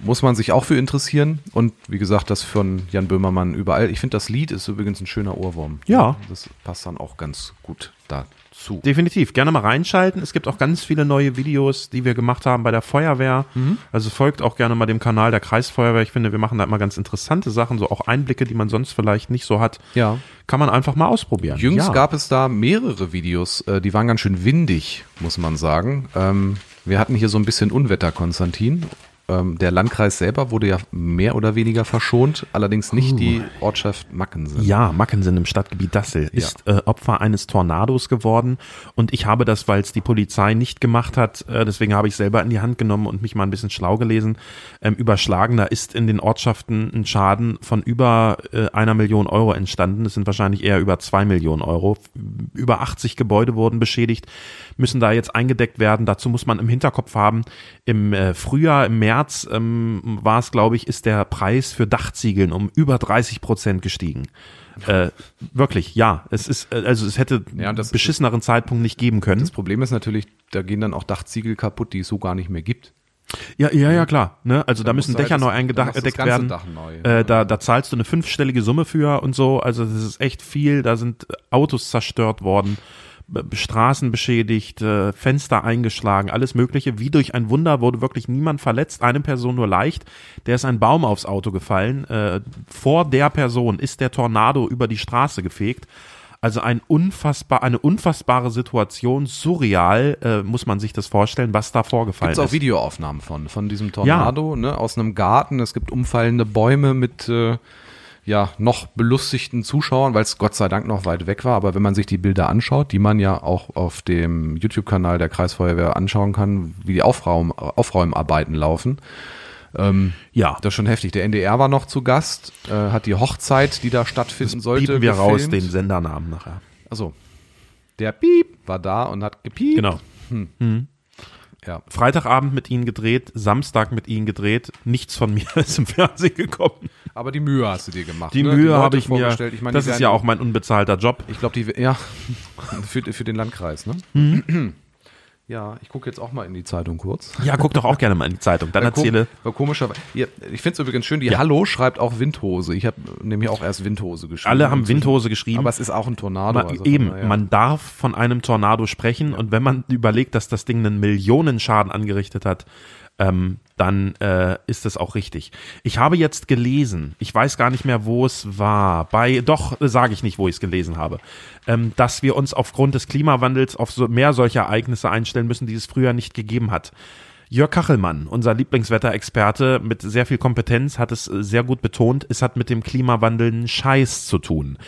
Speaker 2: muss man sich auch für interessieren. Und wie gesagt, das von Jan Böhmermann überall. Ich finde, das Lied ist übrigens ein schöner Ohrwurm.
Speaker 1: Ja.
Speaker 2: Das passt dann auch ganz gut dazu.
Speaker 1: Definitiv. Gerne mal reinschalten. Es gibt auch ganz viele neue Videos, die wir gemacht haben bei der Feuerwehr. Also folgt auch gerne mal dem Kanal der Kreisfeuerwehr. Ich finde, wir machen da immer ganz interessante Sachen, so auch Einblicke, die man sonst vielleicht nicht so hat.
Speaker 2: Ja.
Speaker 1: Kann man einfach mal ausprobieren.
Speaker 2: Jüngst
Speaker 1: ja.
Speaker 2: gab es da mehrere Videos, äh, die waren ganz schön windig, muss man sagen. Ähm, wir hatten hier so ein bisschen Unwetter, Konstantin. Ähm, der Landkreis selber wurde ja mehr oder weniger verschont, allerdings nicht die Ortschaft Mackensen.
Speaker 1: Ja, Mackensen im Stadtgebiet Dassel ist äh, Opfer eines Tornados geworden und ich habe das, weil es die Polizei nicht gemacht hat, äh, deswegen habe ich selber in die Hand genommen und mich mal ein bisschen schlau gelesen, ähm, überschlagen. Da ist in den Ortschaften ein Schaden von über äh, einer Million Euro entstanden. Das sind wahrscheinlich eher über zwei Millionen Euro. Über 80 Gebäude wurden beschädigt, müssen da jetzt eingedeckt werden. Dazu muss man im Hinterkopf haben, im äh, Frühjahr, im März ähm, war es, glaube ich, ist der Preis für Dachziegeln um über 30 Prozent gestiegen. Äh, wirklich, ja. Es ist, äh, also es hätte
Speaker 2: Ja, und das-
Speaker 1: beschisseneren Zeitpunkt nicht geben können.
Speaker 2: Das Problem ist natürlich, da gehen dann auch Dachziegel kaputt, die es so gar nicht mehr gibt.
Speaker 1: Ja, ja, ja, klar. Ne? Also da müssen
Speaker 2: musst du
Speaker 1: Dächer
Speaker 2: halt das-
Speaker 1: neu
Speaker 2: Mhm. dann
Speaker 1: eingedeckt
Speaker 2: machst du das
Speaker 1: gedeckt
Speaker 2: ganze
Speaker 1: werden.
Speaker 2: Dach neu.
Speaker 1: Äh, da, da zahlst du eine fünfstellige Summe für und so. Also das ist echt viel. Da sind Autos zerstört worden, B- Straßen beschädigt, äh, Fenster eingeschlagen, alles Mögliche. Wie durch ein Wunder wurde wirklich niemand verletzt, eine Person nur leicht. Der ist ein Baum aufs Auto gefallen. Äh, vor der Person ist der Tornado über die Straße gefegt. Also ein unfassbar, eine unfassbare Situation, surreal äh, muss man sich das vorstellen, was da vorgefallen
Speaker 2: Gibt es auch
Speaker 1: ist.
Speaker 2: Videoaufnahmen von, von diesem Tornado, ne, aus einem Garten. Es gibt umfallende Bäume mit äh, ja, noch belustigten Zuschauern, weil es Gott sei Dank noch weit weg war. Aber wenn man sich die Bilder anschaut, die man ja auch auf dem YouTube-Kanal der Kreisfeuerwehr anschauen kann, wie die Aufraum, Aufräumarbeiten laufen,
Speaker 1: ja,
Speaker 2: das ist schon heftig. Der NDR war noch zu Gast, äh, hat die Hochzeit, die da stattfinden sollte,
Speaker 1: bieten wir raus den
Speaker 2: gefilmt.
Speaker 1: Sendernamen nachher.
Speaker 2: Also, der Piep war da und hat gepiept.
Speaker 1: Genau.
Speaker 2: Ja.
Speaker 1: Freitagabend mit ihnen gedreht, Samstag mit ihnen gedreht, nichts von mir ist im Fernsehen gekommen.
Speaker 2: Aber die Mühe hast du dir gemacht.
Speaker 1: Die
Speaker 2: ne?
Speaker 1: Mühe
Speaker 2: Leute
Speaker 1: habe ich mir,
Speaker 2: vorgestellt. Ich meine,
Speaker 1: das
Speaker 2: die
Speaker 1: ist
Speaker 2: werden-
Speaker 1: ja auch mein unbezahlter Job.
Speaker 2: Ich glaube, die, ja, für, für den Landkreis, ne?
Speaker 1: Mhm.
Speaker 2: Ja, ich gucke jetzt auch mal in die Zeitung kurz.
Speaker 1: Ja, guck doch auch gerne mal in die Zeitung, dann
Speaker 2: Weil kom-
Speaker 1: erzähle.
Speaker 2: weil komischerweise. Ja, ich finde es übrigens schön, die Hallo schreibt auch Windhose. Ich habe nämlich auch erst Windhose geschrieben.
Speaker 1: Alle haben Windhose geschrieben.
Speaker 2: Aber es ist auch ein Tornado.
Speaker 1: Man,
Speaker 2: also von
Speaker 1: eben,
Speaker 2: daher-
Speaker 1: man darf von einem Tornado sprechen und wenn man überlegt, dass das Ding einen Millionenschaden angerichtet hat, ähm, dann äh, ist das auch richtig. Ich habe jetzt gelesen, ich weiß gar nicht mehr, wo es war, bei, doch, äh, sage ich nicht, wo ich es gelesen habe, ähm, dass wir uns aufgrund des Klimawandels auf so mehr solcher Ereignisse einstellen müssen, die es früher nicht gegeben hat. Jörg Kachelmann, unser Lieblingswetterexperte mit sehr viel Kompetenz, hat es äh, sehr gut betont, es hat mit dem Klimawandel einen Scheiß zu tun.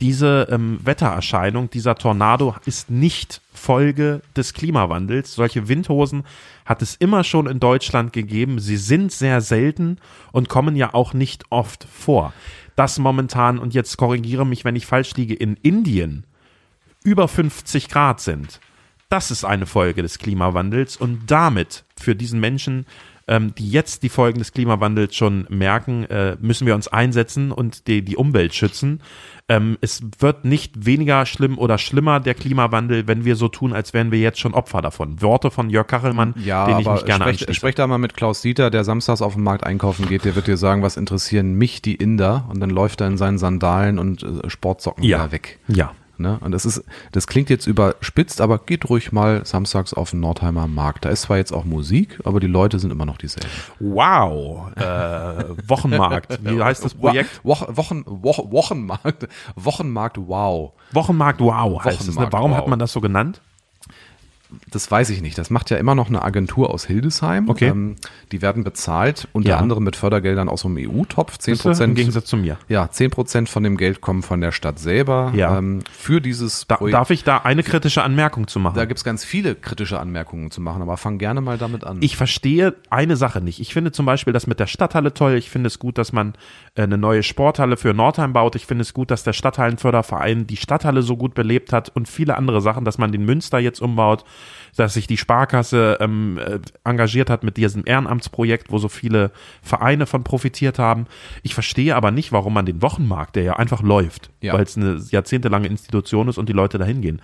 Speaker 1: Diese ähm, Wettererscheinung, dieser Tornado ist nicht Folge des Klimawandels. Solche Windhosen hat es immer schon in Deutschland gegeben. Sie sind sehr selten und kommen ja auch nicht oft vor. dass momentan, und jetzt korrigiere mich, wenn ich falsch liege, in Indien über 50 Grad sind. Das ist eine Folge des Klimawandels und damit für diesen Menschen, ähm, die jetzt die Folgen des Klimawandels schon merken, äh, müssen wir uns einsetzen und die, die Umwelt schützen. Ähm, es wird nicht weniger schlimm oder schlimmer der Klimawandel, wenn wir so tun, als wären wir jetzt schon Opfer davon. Worte von Jörg Kachelmann,
Speaker 2: Ja,
Speaker 1: den ich
Speaker 2: aber
Speaker 1: mich gerne
Speaker 2: sprech,
Speaker 1: anschließe.
Speaker 2: sprech da mal mit Klaus Dieter, der samstags auf den Markt einkaufen geht, der wird dir sagen, was interessieren mich die Inder und dann läuft er in seinen Sandalen und äh, Sportsocken
Speaker 1: Ja,
Speaker 2: wieder weg.
Speaker 1: ja.
Speaker 2: Ne? Und das ist, das klingt jetzt überspitzt, aber geht ruhig mal samstags auf den Nordheimer Markt. Da ist zwar jetzt auch Musik, aber die Leute sind immer noch dieselben.
Speaker 1: Wow, äh, Wochenmarkt, wie heißt das Projekt?
Speaker 2: Wo, Wochen, Wo, Wochenmarkt, Wochenmarkt, wow.
Speaker 1: Wochenmarkt Wow heißt es. Ne?
Speaker 2: Wochenmarkt
Speaker 1: Warum
Speaker 2: Wow.
Speaker 1: hat man das so genannt?
Speaker 2: Das weiß ich nicht. Das macht ja immer noch eine Agentur aus Hildesheim. Ähm,
Speaker 1: Okay.
Speaker 2: die werden bezahlt, unter
Speaker 1: Ja.
Speaker 2: anderem mit Fördergeldern aus dem EU-Topf. 10
Speaker 1: Siehste, Im
Speaker 2: Prozent.
Speaker 1: Gegensatz zu mir.
Speaker 2: Ja, 10 Prozent von dem Geld kommen von der Stadt selber.
Speaker 1: Ja.
Speaker 2: Ähm, für dieses
Speaker 1: Da,
Speaker 2: Projekt.
Speaker 1: darf ich da eine kritische Anmerkung zu machen?
Speaker 2: da gibt's ganz viele kritische Anmerkungen zu machen, aber fang gerne mal damit an.
Speaker 1: ich verstehe eine Sache nicht. Ich finde zum Beispiel das mit der Stadthalle toll. Ich finde es gut, dass man äh, eine neue Sporthalle für Nordheim baut. Ich finde es gut, dass der Stadthallenförderverein die Stadthalle so gut belebt hat und viele andere Sachen, dass man den Münster jetzt umbaut, dass sich die Sparkasse ähm, äh, engagiert hat mit diesem Ehrenamtsprojekt, wo so viele Vereine von profitiert haben. Ich verstehe aber nicht, warum man den Wochenmarkt, der ja einfach läuft,
Speaker 2: Ja.
Speaker 1: weil es eine jahrzehntelange Institution ist und die Leute dahin gehen.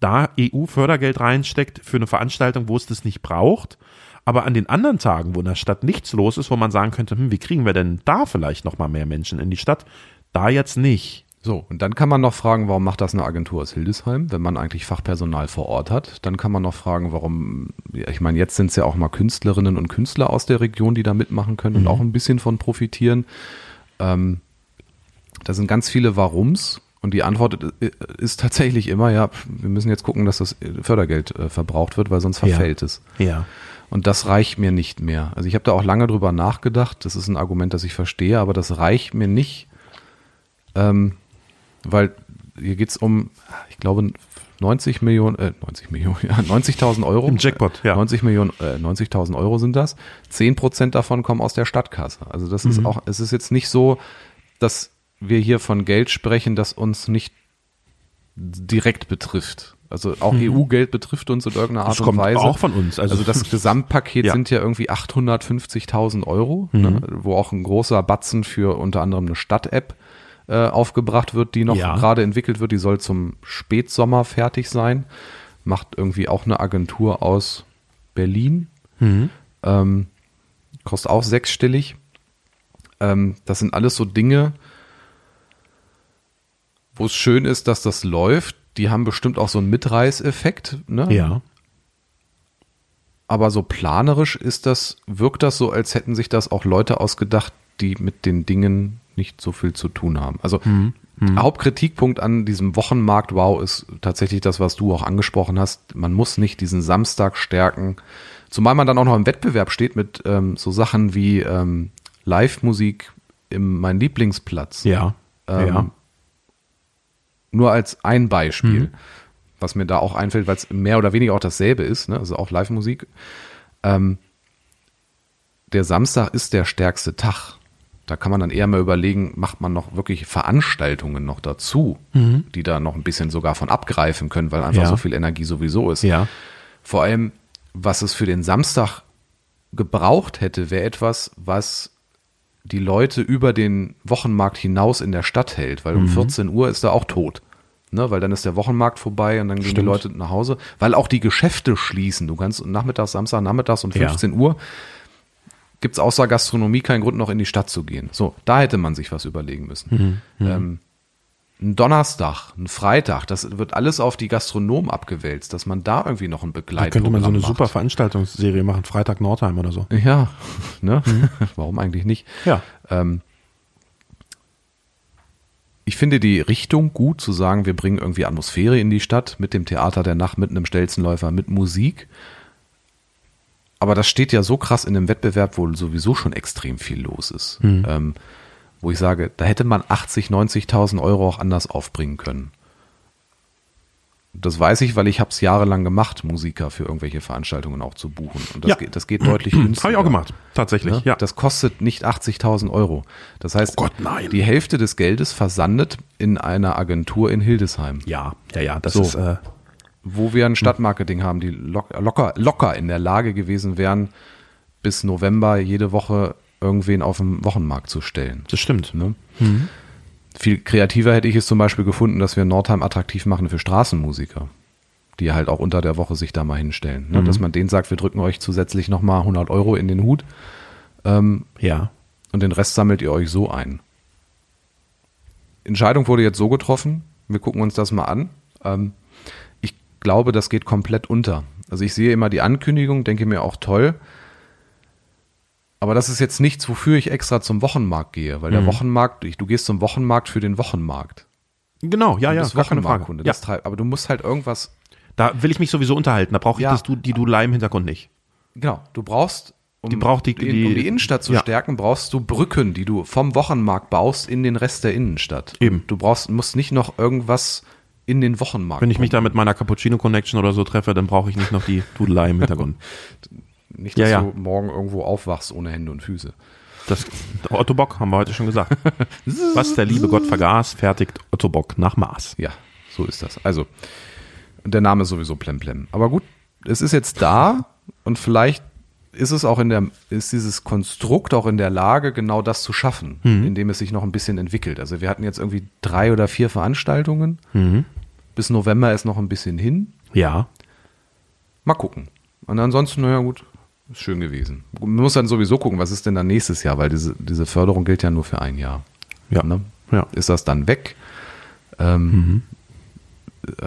Speaker 1: Da EU-Fördergeld reinsteckt für eine Veranstaltung, wo es das nicht braucht, aber an den anderen Tagen, wo in der Stadt nichts los ist, wo man sagen könnte, hm, wie kriegen wir denn da vielleicht noch mal mehr Menschen in die Stadt? Da jetzt nicht.
Speaker 2: So, und dann kann man noch fragen, warum macht das eine Agentur aus Hildesheim, wenn man eigentlich Fachpersonal vor Ort hat? Dann kann man noch fragen, warum, ja, ich meine, jetzt sind es ja auch mal Künstlerinnen und Künstler aus der Region, die da mitmachen können und auch ein bisschen von profitieren. Ähm, da sind ganz viele Warums und die Antwort i- ist tatsächlich immer, ja, pf, wir müssen jetzt gucken, dass das äh, Fördergeld äh, verbraucht wird, weil sonst verfällt es.
Speaker 1: Ja.
Speaker 2: Und das reicht mir nicht mehr. Also ich habe da auch lange drüber nachgedacht. Das ist ein Argument, das ich verstehe, aber das reicht mir nicht, ähm, weil hier geht's um, ich glaube, 90 Millionen, äh, 90 Millionen, ja, 90.000 Euro.
Speaker 1: Im Jackpot, ja.
Speaker 2: 90 Millionen, äh, 90.000 Euro sind das. 10 Prozent davon kommen aus der Stadtkasse. Also das
Speaker 1: Mhm.
Speaker 2: ist auch, es ist jetzt nicht so, dass wir hier von Geld sprechen, das uns nicht direkt betrifft. Also auch EU-Geld betrifft uns in irgendeiner
Speaker 1: Mhm.
Speaker 2: Art
Speaker 1: Das kommt
Speaker 2: und Weise.
Speaker 1: auch von uns. Also-
Speaker 2: Also, das Gesamtpaket
Speaker 1: Ja. Mhm.
Speaker 2: sind ja irgendwie 850.000 Euro, ne, wo auch ein großer Batzen für unter anderem eine Stadt-App äh, aufgebracht wird, die noch
Speaker 1: Ja.
Speaker 2: gerade entwickelt wird. Die soll zum Spätsommer fertig sein. Macht irgendwie auch eine Agentur aus Berlin.
Speaker 1: Mhm.
Speaker 2: Ähm, kostet auch sechsstellig. Ähm, das sind alles so Dinge, wo es schön ist, dass das läuft. Die haben bestimmt auch so einen Mitreißeffekt. Ne?
Speaker 1: Ja.
Speaker 2: aber so planerisch ist das, wirkt das so, als hätten sich das auch Leute ausgedacht, die mit den Dingen nicht so viel zu tun haben. Also Hauptkritikpunkt an diesem Wochenmarkt Wow ist tatsächlich das, was du auch angesprochen hast. Man muss nicht diesen Samstag stärken, zumal man dann auch noch im Wettbewerb steht mit ähm, so Sachen wie ähm, Live-Musik im mein Lieblingsplatz.
Speaker 1: Ja.
Speaker 2: Ähm,
Speaker 1: ja.
Speaker 2: Nur als ein Beispiel,
Speaker 1: Mhm.
Speaker 2: was mir da auch einfällt, weil es mehr oder weniger auch dasselbe ist, ne? also auch Live-Musik. Ähm, der Samstag ist der stärkste Tag. Da kann man dann eher mal überlegen, macht man noch wirklich Veranstaltungen noch dazu, die da noch ein bisschen sogar von abgreifen können, weil einfach
Speaker 1: Mhm. Ja.
Speaker 2: so viel Energie sowieso ist.
Speaker 1: Ja.
Speaker 2: Vor allem, was es für den Samstag gebraucht hätte, wäre etwas, was die Leute über den Wochenmarkt hinaus in der Stadt hält, weil um
Speaker 1: Mhm.
Speaker 2: 14 Uhr ist da auch tot. Ne, weil dann ist der Wochenmarkt vorbei und dann gehen die Leute nach Hause, weil auch die Geschäfte schließen. Du kannst nachmittags, Samstag, nachmittags um
Speaker 1: Ja.
Speaker 2: 15 Uhr gibt es außer Gastronomie keinen Grund, noch in die Stadt zu gehen. So, da hätte man sich was überlegen
Speaker 1: Mhm.
Speaker 2: müssen. Ähm, ein Donnerstag, ein Freitag, das wird alles auf die Gastronomen abgewälzt, dass man da irgendwie noch ein
Speaker 1: Da
Speaker 2: Begleitprogramm
Speaker 1: könnte man so eine
Speaker 2: macht.
Speaker 1: super Veranstaltungsserie machen, Freitag Nordheim oder so.
Speaker 2: Ja, ne? Warum eigentlich nicht?
Speaker 1: Mhm. Ja.
Speaker 2: Ähm, ich finde die Richtung gut zu sagen, wir bringen irgendwie Atmosphäre in die Stadt mit dem Theater der Nacht, mit einem Stelzenläufer, mit Musik. Aber das steht ja so krass in einem Wettbewerb, wo sowieso schon extrem viel los ist.
Speaker 1: Mhm.
Speaker 2: Ähm, wo ich sage, da hätte man 80, 90.000 Euro auch anders aufbringen können. Das weiß ich, weil ich habe es jahrelang gemacht, Musiker für irgendwelche Veranstaltungen auch zu buchen. Und das,
Speaker 1: Ja.
Speaker 2: geht, das geht deutlich günstiger.
Speaker 1: Habe ich auch gemacht, tatsächlich.
Speaker 2: Ne?
Speaker 1: Ja.
Speaker 2: Das kostet nicht 80.000 Euro. Das heißt,
Speaker 1: Oh Gott, nein.
Speaker 2: die Hälfte des Geldes versandet in einer Agentur in Hildesheim,
Speaker 1: ja, ja, ja, das
Speaker 2: So.
Speaker 1: ist äh,
Speaker 2: wo
Speaker 1: Hm.
Speaker 2: wir ein Stadtmarketing haben, die lock, locker, locker in der Lage gewesen wären, bis November jede Woche irgendwen auf dem Wochenmarkt zu stellen.
Speaker 1: das stimmt.
Speaker 2: Ne?
Speaker 1: Hm.
Speaker 2: Viel kreativer hätte ich es zum Beispiel gefunden, dass wir Nordheim attraktiv machen für Straßenmusiker, die halt auch unter der Woche sich da mal hinstellen.
Speaker 1: Mhm.
Speaker 2: Ne? Dass man denen sagt, wir drücken euch zusätzlich nochmal 100 Euro in den Hut
Speaker 1: Ja.
Speaker 2: und den Rest sammelt ihr euch so ein. Entscheidung wurde jetzt so getroffen, wir gucken uns das mal an. Ähm, ich glaube, das geht komplett unter. Also ich sehe immer die Ankündigung, denke mir auch toll. Aber das ist jetzt nichts, wofür ich extra zum Wochenmarkt gehe,
Speaker 1: Mhm.
Speaker 2: weil der Wochenmarkt, ich, du gehst zum Wochenmarkt für den Wochenmarkt.
Speaker 1: Genau, ja,
Speaker 2: Du
Speaker 1: ja,
Speaker 2: bist
Speaker 1: gar keine Frage.
Speaker 2: Wochenmarktkunde,
Speaker 1: Ja,
Speaker 2: Das treibt, aber du musst halt irgendwas
Speaker 1: da will ich mich sowieso unterhalten. Da brauche ich
Speaker 2: Ja.
Speaker 1: das, du, die Dudelei im Hintergrund nicht.
Speaker 2: Genau, du brauchst, um
Speaker 1: Die braucht die-
Speaker 2: in- um
Speaker 1: die-
Speaker 2: die Innenstadt zu
Speaker 1: ja.
Speaker 2: stärken, brauchst du Brücken, die du vom Wochenmarkt baust in den Rest der Innenstadt.
Speaker 1: Eben.
Speaker 2: Du brauchst, musst nicht noch irgendwas in den Wochenmarkt.
Speaker 1: Wenn ich mich da mit meiner Cappuccino-Connection oder so treffe, dann brauche ich nicht noch die Dudelei im Hintergrund.
Speaker 2: nicht, dass
Speaker 1: Ja, ja.
Speaker 2: du morgen irgendwo aufwachst ohne Hände und Füße.
Speaker 1: Das, Otto Bock haben wir heute schon gesagt. Was der liebe Gott vergaß, fertigt Otto Bock nach Maß.
Speaker 2: Ja, so ist das. Also, der Name ist sowieso plemplem. Aber gut, es ist jetzt da und vielleicht ist es auch in der, ist dieses Konstrukt auch in der Lage, genau das zu schaffen, indem es sich noch ein bisschen entwickelt. Also wir hatten jetzt irgendwie drei oder vier Veranstaltungen. Bis November ist noch ein bisschen hin.
Speaker 1: Ja.
Speaker 2: Mal gucken. Und ansonsten, naja gut, ist schön gewesen. Man muss dann sowieso gucken, was ist denn dann nächstes Jahr, weil diese, diese Förderung gilt ja nur für ein Jahr.
Speaker 1: Ja.
Speaker 2: Ne?
Speaker 1: Ja. Mhm.
Speaker 2: Ist das dann weg? Ähm, äh,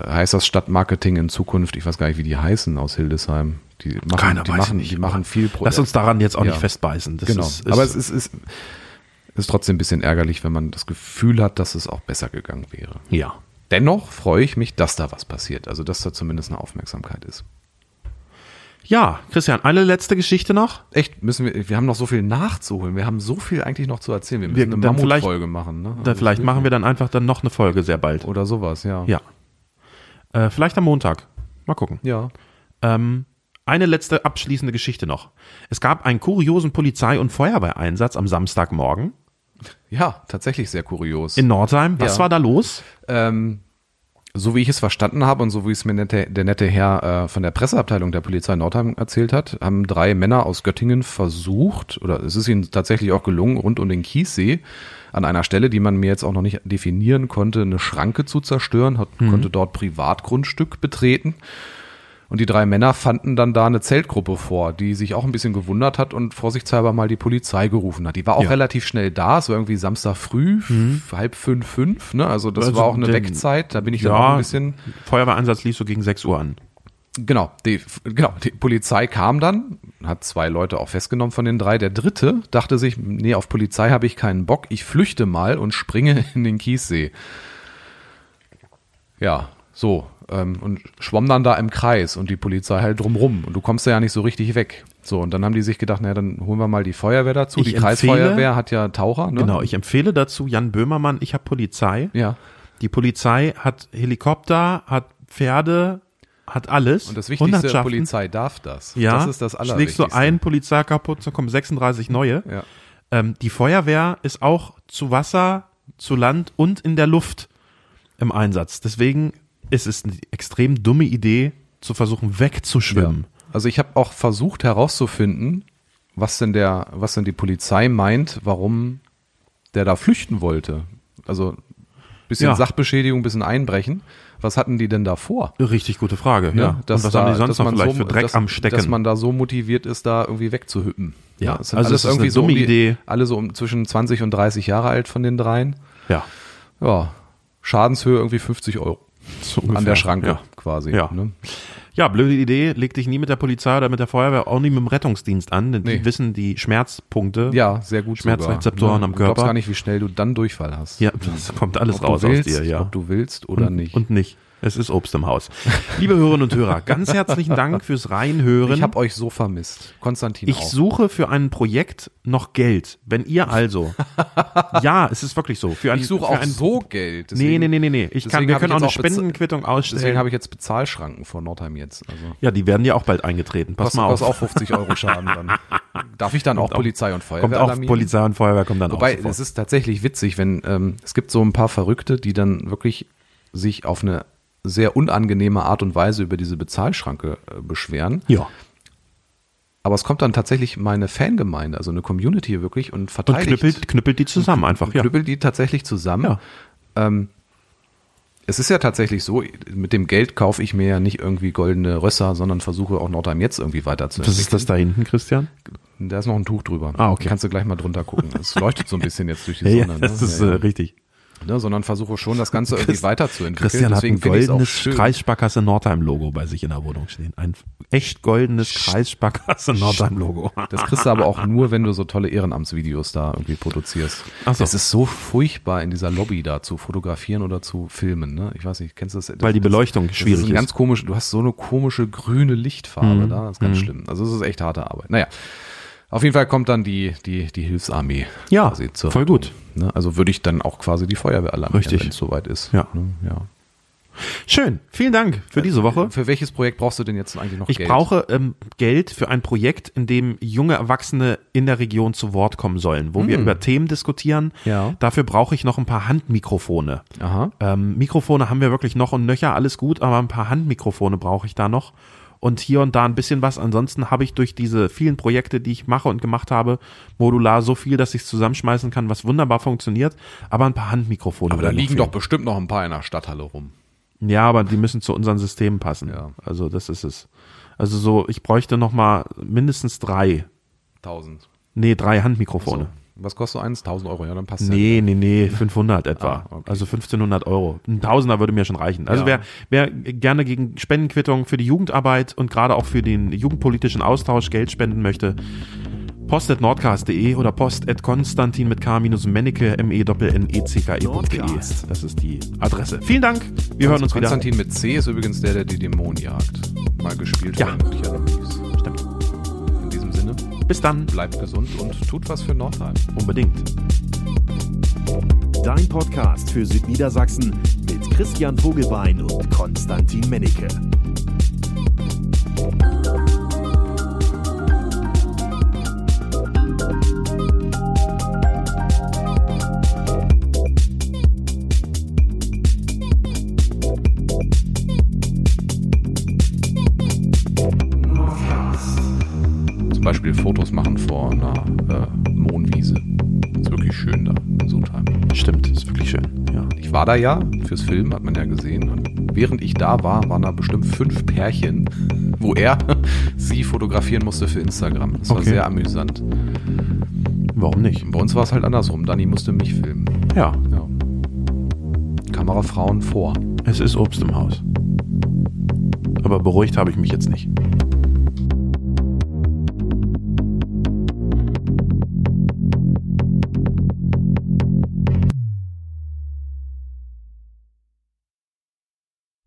Speaker 2: Heißt das Stadtmarketing in Zukunft, ich weiß gar nicht, wie die heißen aus Hildesheim. Die machen,
Speaker 1: Keiner
Speaker 2: die
Speaker 1: weiß
Speaker 2: machen,
Speaker 1: nicht.
Speaker 2: Die machen viel Pro
Speaker 1: Lass uns daran jetzt auch
Speaker 2: Ja.
Speaker 1: nicht festbeißen. Das
Speaker 2: Genau.
Speaker 1: ist, ist,
Speaker 2: Aber es ist, ist, ist trotzdem ein bisschen ärgerlich, wenn man das Gefühl hat, dass es auch besser gegangen wäre.
Speaker 1: ja.
Speaker 2: Dennoch freue ich mich, dass da was passiert. Also, dass da zumindest eine Aufmerksamkeit ist.
Speaker 1: Ja, Christian, eine letzte Geschichte noch.
Speaker 2: Echt, müssen wir, wir haben noch so viel nachzuholen. Wir haben so viel eigentlich noch zu erzählen. Wir
Speaker 1: Wir-
Speaker 2: müssen eine
Speaker 1: dann vielleicht-
Speaker 2: Mammutfolge machen. Ne?
Speaker 1: Da, vielleicht machen wir dann einfach dann noch eine Folge sehr bald.
Speaker 2: Oder sowas, ja.
Speaker 1: Ja. Äh, vielleicht am Montag. Mal gucken.
Speaker 2: Ja.
Speaker 1: Ähm, eine letzte abschließende Geschichte noch. Es gab einen kuriosen Polizei- und Feuerwehreinsatz am Samstagmorgen
Speaker 2: Ja, tatsächlich sehr kurios.
Speaker 1: in Nordheim. Was
Speaker 2: Ja.
Speaker 1: war da los?
Speaker 2: ähm, so wie ich es verstanden habe und so wie es mir nette, der nette Herr äh, von der Presseabteilung der Polizei Nordheim erzählt hat, haben drei Männer aus Göttingen versucht, oder es ist ihnen tatsächlich auch gelungen, rund um den Kiessee an einer Stelle, die man mir jetzt auch noch nicht definieren konnte, eine Schranke zu zerstören, hat,
Speaker 1: Mhm.
Speaker 2: konnte dort Privatgrundstück betreten. Und die drei Männer fanden dann da eine Zeltgruppe vor, die sich auch ein bisschen gewundert hat und vorsichtshalber mal die Polizei gerufen hat. Die war auch
Speaker 1: Ja. Mhm.
Speaker 2: relativ schnell da, es war irgendwie Samstag früh, f- halb fünf, fünf, ne? Also das
Speaker 1: Also
Speaker 2: war auch eine
Speaker 1: den-
Speaker 2: Wegzeit, da bin ich dann auch ein bisschen.
Speaker 1: Feuerwehreinsatz lief so gegen 6 Uhr an.
Speaker 2: Genau, die, genau, die Polizei kam dann, hat zwei Leute auch festgenommen von den drei. Der dritte dachte sich, nee, auf Polizei habe ich keinen Bock, ich flüchte mal und springe in den Kiessee. Ja, so. Ähm, und schwamm dann da im Kreis und die Polizei halt drumrum. Und du kommst da ja nicht so richtig weg. So, und dann haben die sich gedacht, naja, dann holen wir mal die Feuerwehr dazu.
Speaker 1: Ich
Speaker 2: die
Speaker 1: empfehle-
Speaker 2: Kreisfeuerwehr hat ja Taucher, ne?
Speaker 1: Genau, ich empfehle dazu Jan Böhmermann, ich habe Polizei.
Speaker 2: Ja.
Speaker 1: Die Polizei hat Helikopter, hat Pferde, hat alles.
Speaker 2: Und das Wichtigste,
Speaker 1: Hundertschaften.
Speaker 2: Polizei darf das.
Speaker 1: Ja,
Speaker 2: Das ist das
Speaker 1: schlägst
Speaker 2: Allerwichtigste.
Speaker 1: du einen Polizei kaputt, so kommen 36 neue.
Speaker 2: Ja.
Speaker 1: Ähm, die Feuerwehr ist auch zu Wasser, zu Land und in der Luft im Einsatz. Deswegen ist es eine extrem dumme Idee, zu versuchen wegzuschwimmen.
Speaker 2: Also ich habe auch versucht herauszufinden, was denn der, was denn die Polizei meint, warum der da flüchten wollte. Also bisschen
Speaker 1: Ja.
Speaker 2: Sachbeschädigung, bisschen Einbrechen. Was hatten die denn da vor?
Speaker 1: Eine Richtig gute Frage.
Speaker 2: Ne?
Speaker 1: Ja. und was
Speaker 2: da-
Speaker 1: haben die sonst
Speaker 2: dass
Speaker 1: noch
Speaker 2: man
Speaker 1: vielleicht
Speaker 2: so-
Speaker 1: für Dreck
Speaker 2: dass,
Speaker 1: am Stecken?
Speaker 2: Dass man da so motiviert ist, da irgendwie wegzuhüppen.
Speaker 1: Ja,
Speaker 2: es sind
Speaker 1: also
Speaker 2: alles
Speaker 1: es ist eine
Speaker 2: irgendwie so um
Speaker 1: dumme
Speaker 2: die,
Speaker 1: Idee.
Speaker 2: Alle so um zwischen 20 und 30 Jahre alt von den dreien.
Speaker 1: ja,
Speaker 2: Ja, Schadenshöhe irgendwie 50 Euro
Speaker 1: so
Speaker 2: an
Speaker 1: ungefähr.
Speaker 2: der Schranke
Speaker 1: Ja.
Speaker 2: quasi.
Speaker 1: Ja.
Speaker 2: Ne?
Speaker 1: Ja, blöde Idee. Leg dich nie mit der Polizei oder mit der Feuerwehr, auch nie mit dem Rettungsdienst an, denn die
Speaker 2: Nee.
Speaker 1: wissen die Schmerzpunkte.
Speaker 2: Ja, sehr gut.
Speaker 1: Schmerzrezeptoren
Speaker 2: sogar. Ne?
Speaker 1: am
Speaker 2: Du glaubst
Speaker 1: Körper.
Speaker 2: gar nicht, wie schnell du dann Durchfall hast.
Speaker 1: Ja, das kommt alles
Speaker 2: Ob
Speaker 1: raus
Speaker 2: du willst,
Speaker 1: aus dir, ja.
Speaker 2: Ob du willst oder
Speaker 1: und,
Speaker 2: nicht.
Speaker 1: Und nicht. Es ist Obst im Haus. Liebe Hörerinnen und Hörer, ganz herzlichen Dank fürs Reinhören.
Speaker 2: Ich habe euch so vermisst. Konstantin
Speaker 1: Ich
Speaker 2: auch.
Speaker 1: suche für ein Projekt noch Geld. Wenn ihr also, ja, es ist wirklich so. Für ein,
Speaker 2: ich suche
Speaker 1: für
Speaker 2: auch
Speaker 1: ein,
Speaker 2: so Geld.
Speaker 1: Nee, nee, nee, nee, nee. Ich kann,
Speaker 2: deswegen
Speaker 1: wir
Speaker 2: hab
Speaker 1: können
Speaker 2: ich
Speaker 1: auch eine
Speaker 2: jetzt auch bez-
Speaker 1: Spendenquittung
Speaker 2: Deswegen
Speaker 1: ausstellen.
Speaker 2: habe ich jetzt Bezahlschranken vor Nordheim jetzt. Also
Speaker 1: Ja, die werden ja auch bald eingetreten. Pass
Speaker 2: was
Speaker 1: mal auf.
Speaker 2: auch 50 Euro Schaden dann. Darf ich dann auch Polizei und Feuerwehr
Speaker 1: kommt auch
Speaker 2: alarmieren?
Speaker 1: Polizei und Feuerwehr kommen dann
Speaker 2: Wobei,
Speaker 1: auch sofort.
Speaker 2: es ist tatsächlich witzig, wenn ähm, es gibt so ein paar Verrückte, die dann wirklich sich auf eine sehr unangenehme Art und Weise über diese Bezahlschranke äh, beschweren.
Speaker 1: ja.
Speaker 2: Aber es kommt dann tatsächlich meine Fangemeinde, also eine Community wirklich und
Speaker 1: Und
Speaker 2: verteidigt.
Speaker 1: knüppelt, knüppelt die zusammen einfach. Ja.
Speaker 2: knüppelt die tatsächlich zusammen.
Speaker 1: Ja.
Speaker 2: Ähm, es ist ja tatsächlich so, mit dem Geld kaufe ich mir ja nicht irgendwie goldene Rösser, sondern versuche auch Nordheim jetzt irgendwie
Speaker 1: Was ist
Speaker 2: weiterzuentwickeln.
Speaker 1: das da hinten, Christian?
Speaker 2: Da ist noch ein Tuch drüber.
Speaker 1: Ah, okay.
Speaker 2: Kannst du gleich mal drunter gucken. Es leuchtet so ein bisschen jetzt durch die
Speaker 1: Ja,
Speaker 2: Sonne.
Speaker 1: ja,
Speaker 2: ne?
Speaker 1: das ist
Speaker 2: Ja, ja.
Speaker 1: äh, richtig.
Speaker 2: ne, sondern versuche schon, das Ganze irgendwie
Speaker 1: Christ-
Speaker 2: weiterzuentwickeln.
Speaker 1: Christian hat ein
Speaker 2: finde ich's auch
Speaker 1: goldenes
Speaker 2: schön.
Speaker 1: Kreissparkasse Nordheim-Logo bei sich in der Wohnung stehen. Ein echt goldenes Kreissparkasse Nordheim-Logo.
Speaker 2: Das kriegst du aber auch nur, wenn du so tolle Ehrenamtsvideos da irgendwie produzierst.
Speaker 1: Ach so.
Speaker 2: Es ist so furchtbar, in dieser Lobby da zu fotografieren oder zu filmen. Ne? Ich weiß nicht, kennst du das?
Speaker 1: Weil die Beleuchtung schwierig
Speaker 2: das ist.
Speaker 1: ist. Mhm.
Speaker 2: Ein ganz komisch, du hast so eine komische grüne Lichtfarbe da, das ist ganz schlimm. Also es ist echt harte Arbeit. Naja, auf jeden Fall kommt dann die, die, die Hilfsarmee.
Speaker 1: Ja,
Speaker 2: quasi zur
Speaker 1: voll gut.
Speaker 2: Rettung, Ne? Also würde ich dann auch quasi die Feuerwehr alarmieren,
Speaker 1: Richtig.
Speaker 2: wenn es soweit ist.
Speaker 1: Ja.
Speaker 2: Ne? ja.
Speaker 1: Schön. Vielen Dank für diese Woche.
Speaker 2: Für welches Projekt brauchst du denn jetzt eigentlich noch
Speaker 1: Ich
Speaker 2: Geld?
Speaker 1: brauche ähm, Geld für ein Projekt, in dem junge Erwachsene in der Region zu Wort kommen sollen, wo wir über Themen diskutieren.
Speaker 2: Hm. Ja.
Speaker 1: Dafür brauche ich noch ein paar Handmikrofone.
Speaker 2: Aha.
Speaker 1: Ähm, Mikrofone haben wir wirklich noch und nöcher, alles gut, aber ein paar Handmikrofone brauche ich da noch. Und hier und da ein bisschen was. Ansonsten habe ich durch diese vielen Projekte, die ich mache und gemacht habe, modular so viel, dass ich es zusammenschmeißen kann, was wunderbar funktioniert. Aber ein paar Handmikrofone.
Speaker 2: Aber da
Speaker 1: werden noch
Speaker 2: liegen
Speaker 1: fehlen.
Speaker 2: doch bestimmt noch ein paar in der Stadthalle rum.
Speaker 1: Ja, aber die müssen zu unseren Systemen passen.
Speaker 2: Ja.
Speaker 1: Also das ist es. Also so, ich bräuchte noch mal mindestens drei,
Speaker 2: Tausend.
Speaker 1: nee, drei Handmikrofone.
Speaker 2: Was kostet so eins? 1000 Euro, ja, dann passt
Speaker 1: Nee, nee, nee, 500 etwa.
Speaker 2: Ah, okay.
Speaker 1: Also 1500 Euro. Ein Tausender würde mir schon reichen. Also
Speaker 2: Ja.
Speaker 1: wer, wer gerne gegen Spendenquittungen für die Jugendarbeit und gerade auch für den jugendpolitischen Austausch Geld spenden möchte, post.nordcast.de oder post.konstantin mit k-mennecke m e n e c k e.de.
Speaker 3: Nordcast.
Speaker 1: Das ist die Adresse. Vielen Dank. Wir hören uns wieder.
Speaker 2: Konstantin mit C ist übrigens der, der die Dämonen jagt. Mal gespielt
Speaker 1: Ja.
Speaker 2: von Michael Reeves.
Speaker 1: Stimmt.
Speaker 2: In diesem Sinne,
Speaker 1: Bis dann.
Speaker 2: bleibt gesund und tut was für Nordheim.
Speaker 1: Unbedingt.
Speaker 3: Dein Podcast für Südniedersachsen mit Christian Vogelbein und Konstantin Mennecke.
Speaker 2: Zum Beispiel Fotos machen vor einer äh, Mohnwiese. Ist wirklich schön da in Sudheim.
Speaker 1: Stimmt, ist wirklich schön. Ja.
Speaker 2: Ich war da ja fürs Film, hat man ja gesehen. Und während ich da war, waren da bestimmt fünf Pärchen, wo er sie fotografieren musste für Instagram. Das war
Speaker 1: Okay.
Speaker 2: sehr amüsant.
Speaker 1: Warum nicht?
Speaker 2: Bei uns war es halt andersrum. Dani musste mich filmen.
Speaker 1: Ja,
Speaker 2: Ja. Kamerafrauen vor.
Speaker 1: es ist Obst im Haus. Aber beruhigt habe ich mich jetzt nicht.